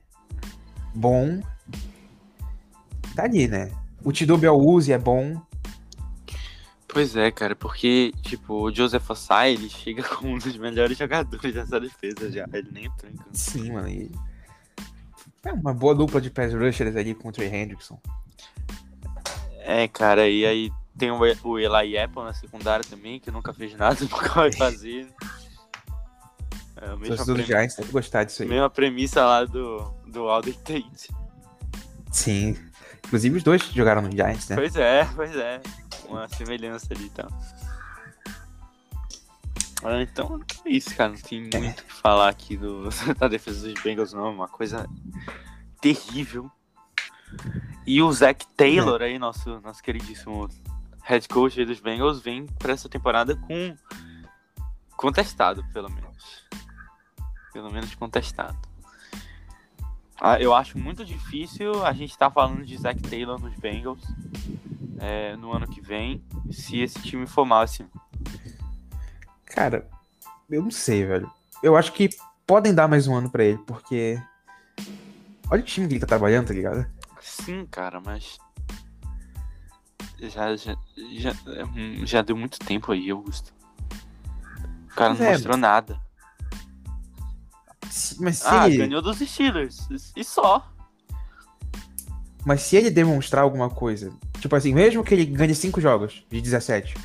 Speaker 2: bom. Tá ali, né? O Tido Beluzzi é bom.
Speaker 1: Pois é, cara, porque, tipo, o Joseph Ossai, ele chega como um dos melhores jogadores dessa defesa já. Ele nem entrou em campo.
Speaker 2: Sim, mano. e- É uma boa dupla de pass rushers ali com o Trey Hendrickson.
Speaker 1: É, cara, e aí tem o, E- o Eli Apple na secundária também, que nunca fez nada, nunca vai fazer. É, a
Speaker 2: Se
Speaker 1: mesma,
Speaker 2: você do
Speaker 1: premi-
Speaker 2: Giants, deve gostar disso aí.
Speaker 1: mesma premissa lá do, do Alden Tate.
Speaker 2: Sim. Inclusive os dois jogaram no Giants, né?
Speaker 1: Pois é, pois é. Uma semelhança ali e tal. Ah, Então, é isso, cara. Não tem muito o que falar aqui do, da defesa dos Bengals, não. É uma coisa terrível. E o Zach Taylor aí, nosso, nosso queridíssimo head coach aí dos Bengals, vem pra essa temporada com contestado, pelo menos. Pelo menos contestado. Ah, Eu acho muito difícil a gente estar falando de Zach Taylor nos Bengals é, no ano que vem, se esse time for mal assim. esse ano.
Speaker 2: Cara, eu não sei, velho. Eu acho que podem dar mais um ano pra ele, porque. Olha o time que ele tá trabalhando, tá ligado?
Speaker 1: Sim, cara, mas. Já, já, já, é, hum, já deu muito tempo aí, Augusto. O cara não
Speaker 2: Pois é,
Speaker 1: mostrou nada.
Speaker 2: Se- Mas se,
Speaker 1: Ah,
Speaker 2: ele,
Speaker 1: ganhou dos Steelers. e- E só.
Speaker 2: mas se ele demonstrar alguma coisa, tipo assim, mesmo que ele ganhe 5 jogos de 17,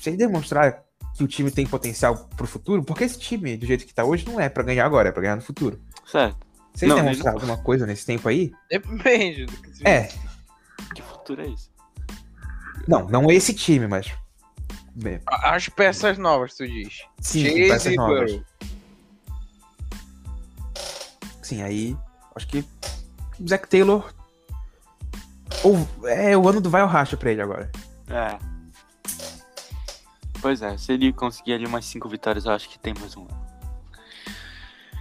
Speaker 2: se ele demonstrar que o time tem potencial pro futuro, porque esse time, do jeito que tá hoje, não é pra ganhar agora, é pra ganhar no futuro.
Speaker 1: Certo.
Speaker 2: Se ele
Speaker 1: Não, ele
Speaker 2: demonstrar
Speaker 1: não-
Speaker 2: alguma coisa nesse tempo aí,
Speaker 3: Depende do que se-
Speaker 2: é.
Speaker 1: Que futuro é esse?
Speaker 2: Não, não esse time, mas. Bem,
Speaker 3: As peças novas, tu diz.
Speaker 2: Sim,
Speaker 3: Chase
Speaker 2: com peças
Speaker 3: e
Speaker 2: novas.
Speaker 3: Burrow.
Speaker 2: Sim, aí acho que o Zac Taylor. Ou, é o ano do vai ou racha pra ele agora.
Speaker 1: É. Pois é, se ele conseguir ali umas 5 vitórias, eu acho que tem mais um ano.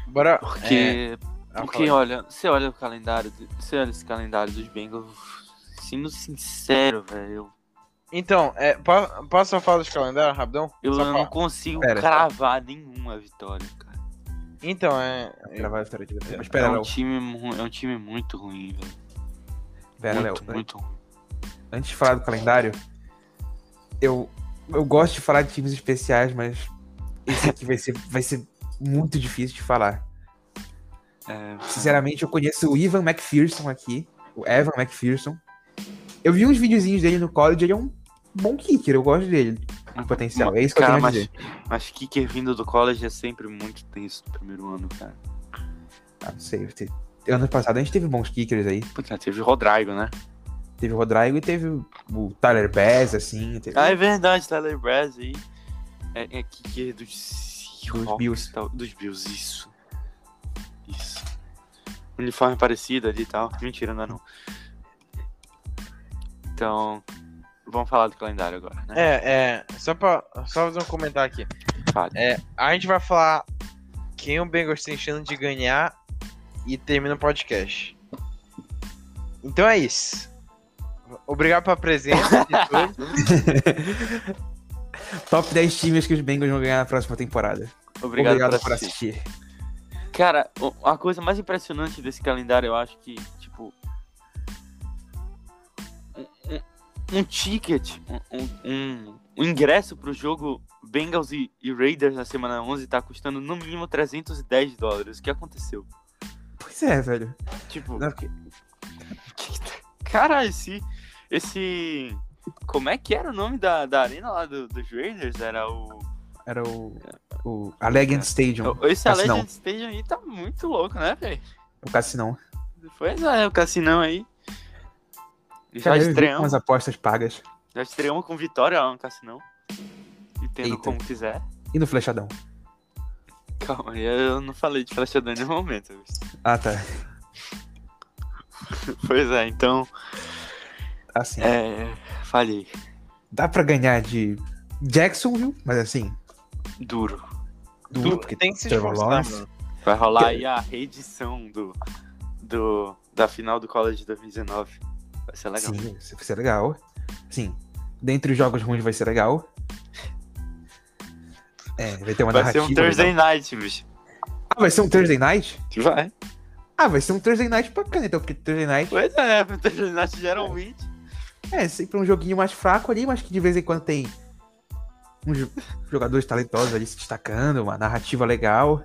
Speaker 3: Bora.
Speaker 1: Porque
Speaker 3: É, ah,
Speaker 1: Porque,
Speaker 3: fala
Speaker 1: olha, você olha o calendário, você olha esse calendário dos Bengals, sendo sincero, velho,
Speaker 3: aí. Então, é, pa- posso só falar dos calendários, rapidão?
Speaker 1: eu, eu
Speaker 3: Só
Speaker 1: não
Speaker 3: falar.
Speaker 1: consigo
Speaker 2: Pera.
Speaker 1: cravar nenhuma vitória, cara.
Speaker 3: Então, é.
Speaker 2: Era vai vitória de Mas
Speaker 1: É
Speaker 2: pera,
Speaker 1: um,
Speaker 2: Léo.
Speaker 1: time, mu- é um time muito ruim, velho.
Speaker 2: Pera, Léo.
Speaker 1: muito, muito ruim.
Speaker 2: Antes de falar do calendário, eu, eu gosto de falar de times especiais, mas esse aqui vai ser, vai ser muito difícil de falar.
Speaker 1: É,
Speaker 2: Sinceramente, eu conheço o Ivan McPherson aqui, o Evan McPherson. Eu vi uns videozinhos dele no college, ele é um bom kicker, eu gosto dele, de potencial. É isso que eu
Speaker 1: cara,
Speaker 2: tenho a
Speaker 1: Ah, mas,
Speaker 2: dizer.
Speaker 1: mas kicker vindo do college é sempre muito tenso no primeiro ano, cara.
Speaker 2: Ah, não sei. te- Ano passado a gente teve bons kickers aí.
Speaker 1: Pô, cara, teve o Rodrigo, né?
Speaker 2: Teve o Rodrigo e teve o- o Tyler Bass, assim. Teve...
Speaker 1: Ah, é verdade, Tyler Brass aí. É, é kicker dos Seahawks,
Speaker 2: Bills.
Speaker 1: tal- dos Bills, isso. Isso. Uniforme parecido ali e tal. Mentira, não é não. Então, vamos falar do calendário agora, né?
Speaker 3: É, é. Só pra. Só fazer um comentário aqui.
Speaker 1: Fala.
Speaker 3: É, a gente vai falar quem o Bengals tem chance de ganhar e termina o podcast. Então é isso. Obrigado pela presença de todos.
Speaker 2: Top 10 times que os Bengals vão ganhar na próxima temporada.
Speaker 1: Obrigado, por,
Speaker 2: por
Speaker 1: assistir.
Speaker 2: assistir.
Speaker 1: Cara, o- a coisa mais impressionante desse calendário, eu acho que, tipo. Um, um- um ticket, um, um- um, um ingresso pro jogo Bengals e, e Raiders na semana 11 tá custando no mínimo 310 dólares. O que aconteceu?
Speaker 2: Pois é, velho.
Speaker 1: Tipo.
Speaker 2: Não,
Speaker 1: que- que- Cara, esse. Esse. Como é que era o nome da, da arena lá do- dos Raiders? Era o.
Speaker 2: Era o, o
Speaker 1: É.
Speaker 2: Allegiant Stadium.
Speaker 1: Esse
Speaker 2: Cassinão.
Speaker 1: Legend Stadium aí tá muito louco, né, velho?
Speaker 2: O Cassinão.
Speaker 1: Pois é, o Cassinão aí. Já
Speaker 2: Cara, eu vi
Speaker 1: estreamos,
Speaker 2: umas apostas pagas.
Speaker 1: já estreamos com vitória lá no Cassinão. E tendo
Speaker 2: Eita.
Speaker 1: como quiser.
Speaker 2: E no Flechadão.
Speaker 1: Calma, eu não falei de flechadão em nenhum momento.
Speaker 2: Ah, tá.
Speaker 1: Pois é, então.
Speaker 2: Assim.
Speaker 1: É. Falhei.
Speaker 2: Dá pra ganhar de Jacksonville, mas assim,
Speaker 1: Duro.
Speaker 2: duro,
Speaker 3: Tu
Speaker 2: porque
Speaker 3: tem que se
Speaker 2: Trevor
Speaker 3: esforçar,
Speaker 2: Lawrence.
Speaker 3: mano.
Speaker 1: Vai rolar aí a reedição do, do, da final do College 2019. Vai ser legal.
Speaker 2: Sim, isso vai ser legal. Sim, dentre os jogos ruins vai ser legal. É, vai ter uma
Speaker 1: Vai ser
Speaker 2: narrativa.
Speaker 1: um Thursday Night, bicho.
Speaker 2: legal. Ah, vai ser um Thursday Night?
Speaker 1: Vai.
Speaker 2: Ah, vai ser um Thursday Night bacana, então, porque Thursday Night
Speaker 1: Pois é, né? Thursday Night geralmente.
Speaker 2: é sempre um joguinho mais fraco ali, mas que de vez em quando tem uns jo- jogadores talentosos ali se destacando, uma narrativa legal.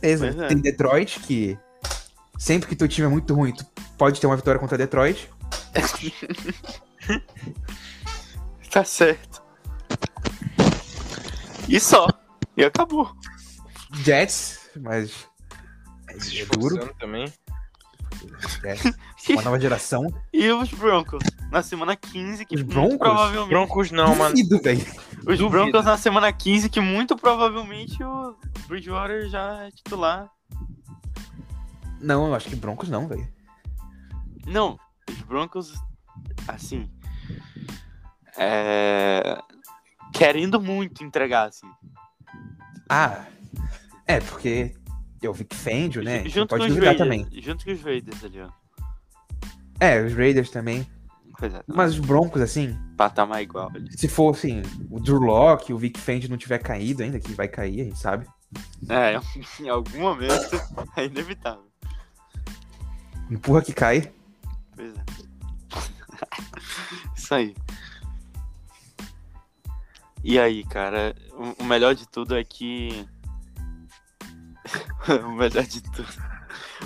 Speaker 2: Beleza,
Speaker 1: Pois é.
Speaker 2: tem Detroit, que sempre que teu time é muito ruim, tu pode ter uma vitória contra Detroit.
Speaker 1: Tá certo. E só. E acabou.
Speaker 2: Jets, mas
Speaker 3: Se
Speaker 2: é duro.
Speaker 3: esforçando também.
Speaker 2: Jets, uma nova geração.
Speaker 1: E os Broncos? Na semana 15, que
Speaker 2: Os
Speaker 1: muito
Speaker 2: Broncos?
Speaker 1: provavelmente.
Speaker 3: Broncos não, mano.
Speaker 2: Duvido, velho.
Speaker 1: Os
Speaker 3: Duvido.
Speaker 1: Broncos na semana 15, que muito provavelmente o Bridgewater já é titular.
Speaker 2: Não, eu acho que Broncos não, velho.
Speaker 1: Não, os Broncos, assim. É. Querendo muito entregar, assim.
Speaker 2: Ah, é, porque eu vi que Fendio, né?
Speaker 1: Ju-
Speaker 2: Não
Speaker 1: junto,
Speaker 2: pode
Speaker 1: com os
Speaker 2: duvidar
Speaker 1: Raiders,
Speaker 2: também.
Speaker 1: junto com os Raiders ali, ó.
Speaker 2: É, os Raiders também.
Speaker 1: Pois é, tá
Speaker 2: Mas os Broncos, assim,
Speaker 1: patamar igual ali.
Speaker 2: se for, assim, o Drew Locke, o Vic Fendi não tiver caído ainda, que vai cair, a gente sabe.
Speaker 1: É, em algum momento é inevitável.
Speaker 2: Empurra que cai.
Speaker 1: Pois é. Isso aí. E aí, cara, o- o melhor de tudo é que. o melhor de tudo.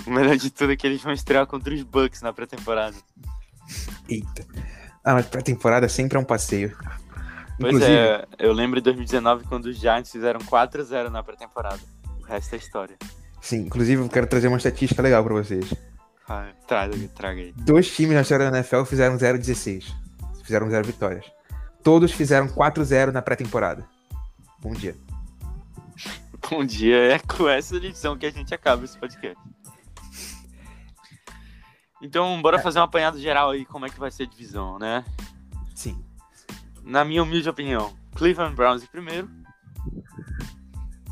Speaker 1: O melhor de tudo é que eles vão estrear contra os Bucks na pré-temporada.
Speaker 2: Eita. Ah, mas pré-temporada sempre é um passeio.
Speaker 1: Pois
Speaker 2: Inclusive,
Speaker 1: é, eu lembro em 2019 quando os Giants fizeram 4x0 na pré-temporada. O resto é história.
Speaker 2: sim, inclusive eu quero trazer uma estatística legal pra vocês.
Speaker 1: Ah, traga, aí, traga aí.
Speaker 2: Dois times na história da NFL fizeram 0-16. Fizeram 0 vitórias. Todos fizeram 4-0 na pré-temporada. Bom dia.
Speaker 1: Bom dia, é com essa lição que a gente acaba esse podcast. Então, bora fazer um apanhado geral aí, como é que vai ser a divisão, né?
Speaker 2: Sim.
Speaker 1: Na minha humilde opinião, Cleveland Browns em primeiro,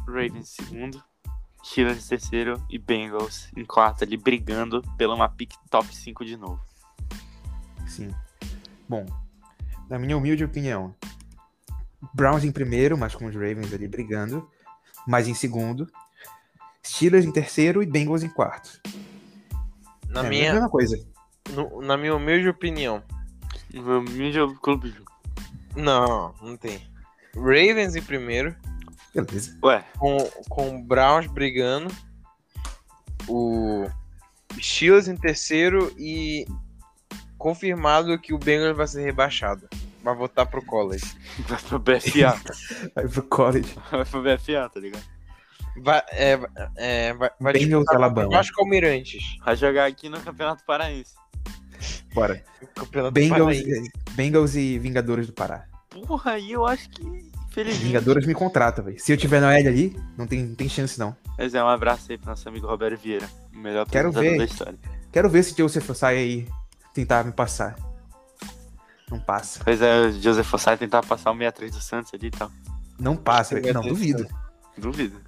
Speaker 1: Ravens em segundo, Steelers em terceiro e Bengals em quarto ali, brigando pela uma pick top 5 de novo.
Speaker 2: Sim. Bom, na minha humilde opinião, Browns em primeiro, mas com os Ravens ali brigando, mas em segundo, Steelers em terceiro e Bengals em quarto.
Speaker 3: Na,
Speaker 2: é a
Speaker 3: minha,
Speaker 2: mesma coisa.
Speaker 3: no- na minha humilde opinião.
Speaker 1: No meu humilde clube...
Speaker 3: Não, não tem. Ravens em primeiro,
Speaker 2: Beleza.
Speaker 1: Ué,
Speaker 3: com, com o Browns brigando, o Steelers em terceiro e confirmado que o Bengals vai ser rebaixado. Vai voltar pro college.
Speaker 1: vai pro BFA.
Speaker 2: Vai pro college.
Speaker 1: vai pro BFA, tá ligado?
Speaker 3: Vai, é, é, vai, vai
Speaker 2: Bengals
Speaker 3: disputar
Speaker 2: Alabama.
Speaker 3: Vasco é Almirantes.
Speaker 1: Vai jogar aqui no Campeonato Paraense.
Speaker 2: Bora.
Speaker 3: Campeonato
Speaker 2: Bengals,
Speaker 3: Paraense.
Speaker 2: Bengals e Vingadores do Pará.
Speaker 1: Porra, aí eu acho que, infelizmente.
Speaker 2: Vingadores me contrata, velho. Se eu tiver na L ali, não tem, não tem chance não.
Speaker 1: Mas é um abraço aí pro nosso amigo Roberto Vieira. O melhor
Speaker 2: Quero
Speaker 1: apresentador
Speaker 2: ver.
Speaker 1: da história.
Speaker 2: Quero ver se Joseph sai aí tentar me passar. Não passa.
Speaker 1: Pois é, o Joseph Fossai tentar passar o 63 do Santos ali e tal.
Speaker 2: Não passa, velho. Não,
Speaker 3: Minha
Speaker 2: duvido.
Speaker 1: Duvido.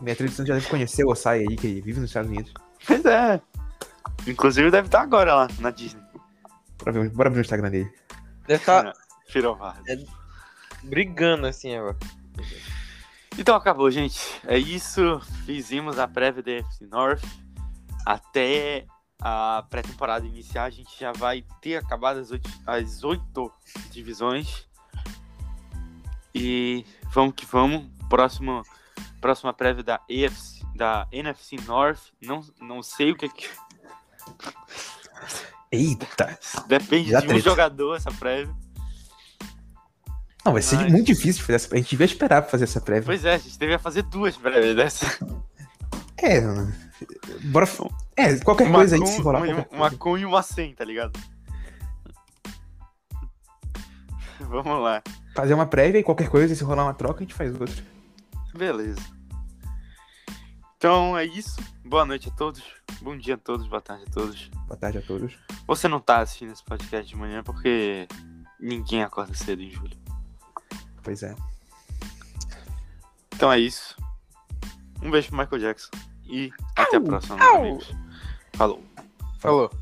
Speaker 2: Minha tradição já deve conhecer o Osai aí, que ele vive nos Estados Unidos.
Speaker 1: Pois é. Inclusive deve estar agora lá na Disney.
Speaker 2: Bora, ver, um- bora abrir o Instagram dele.
Speaker 3: Deve estar
Speaker 1: Firovar.
Speaker 3: brigando assim agora.
Speaker 1: Então acabou, gente. É isso. Fizemos a prévia da FC North. Até a pré-temporada iniciar, a gente já vai ter acabado as oito, as oito divisões. E vamos que vamos. Próximo, próxima prévia da, AFC, da NFC North. Não, não sei o que, que
Speaker 2: Eita!
Speaker 1: Depende
Speaker 2: Já
Speaker 1: de um
Speaker 2: treta.
Speaker 1: jogador essa prévia.
Speaker 2: Não, vai ser
Speaker 1: Ai.
Speaker 2: muito difícil fazer essa. A gente devia esperar pra fazer essa prévia.
Speaker 1: Pois é, a gente devia fazer duas prévias dessa.
Speaker 2: É, mano. Bora. É, qualquer coisa aí
Speaker 1: com-
Speaker 2: se rolar.
Speaker 1: uma,
Speaker 2: qualquer
Speaker 1: uma
Speaker 2: coisa.
Speaker 1: com e uma sem, tá ligado? Vamos lá.
Speaker 2: Fazer uma prévia e qualquer coisa, se rolar uma troca, a gente faz outra.
Speaker 1: Beleza. Então é isso. Boa noite a todos. Bom dia a todos, boa tarde a todos.
Speaker 2: Boa tarde a todos.
Speaker 1: Você não tá assistindo esse podcast de manhã porque ninguém acorda cedo em julho.
Speaker 2: Pois é.
Speaker 1: Então é isso. Um beijo pro Michael Jackson. E até a próxima, meus
Speaker 3: Au!
Speaker 1: amigos. Falou.
Speaker 3: Falou.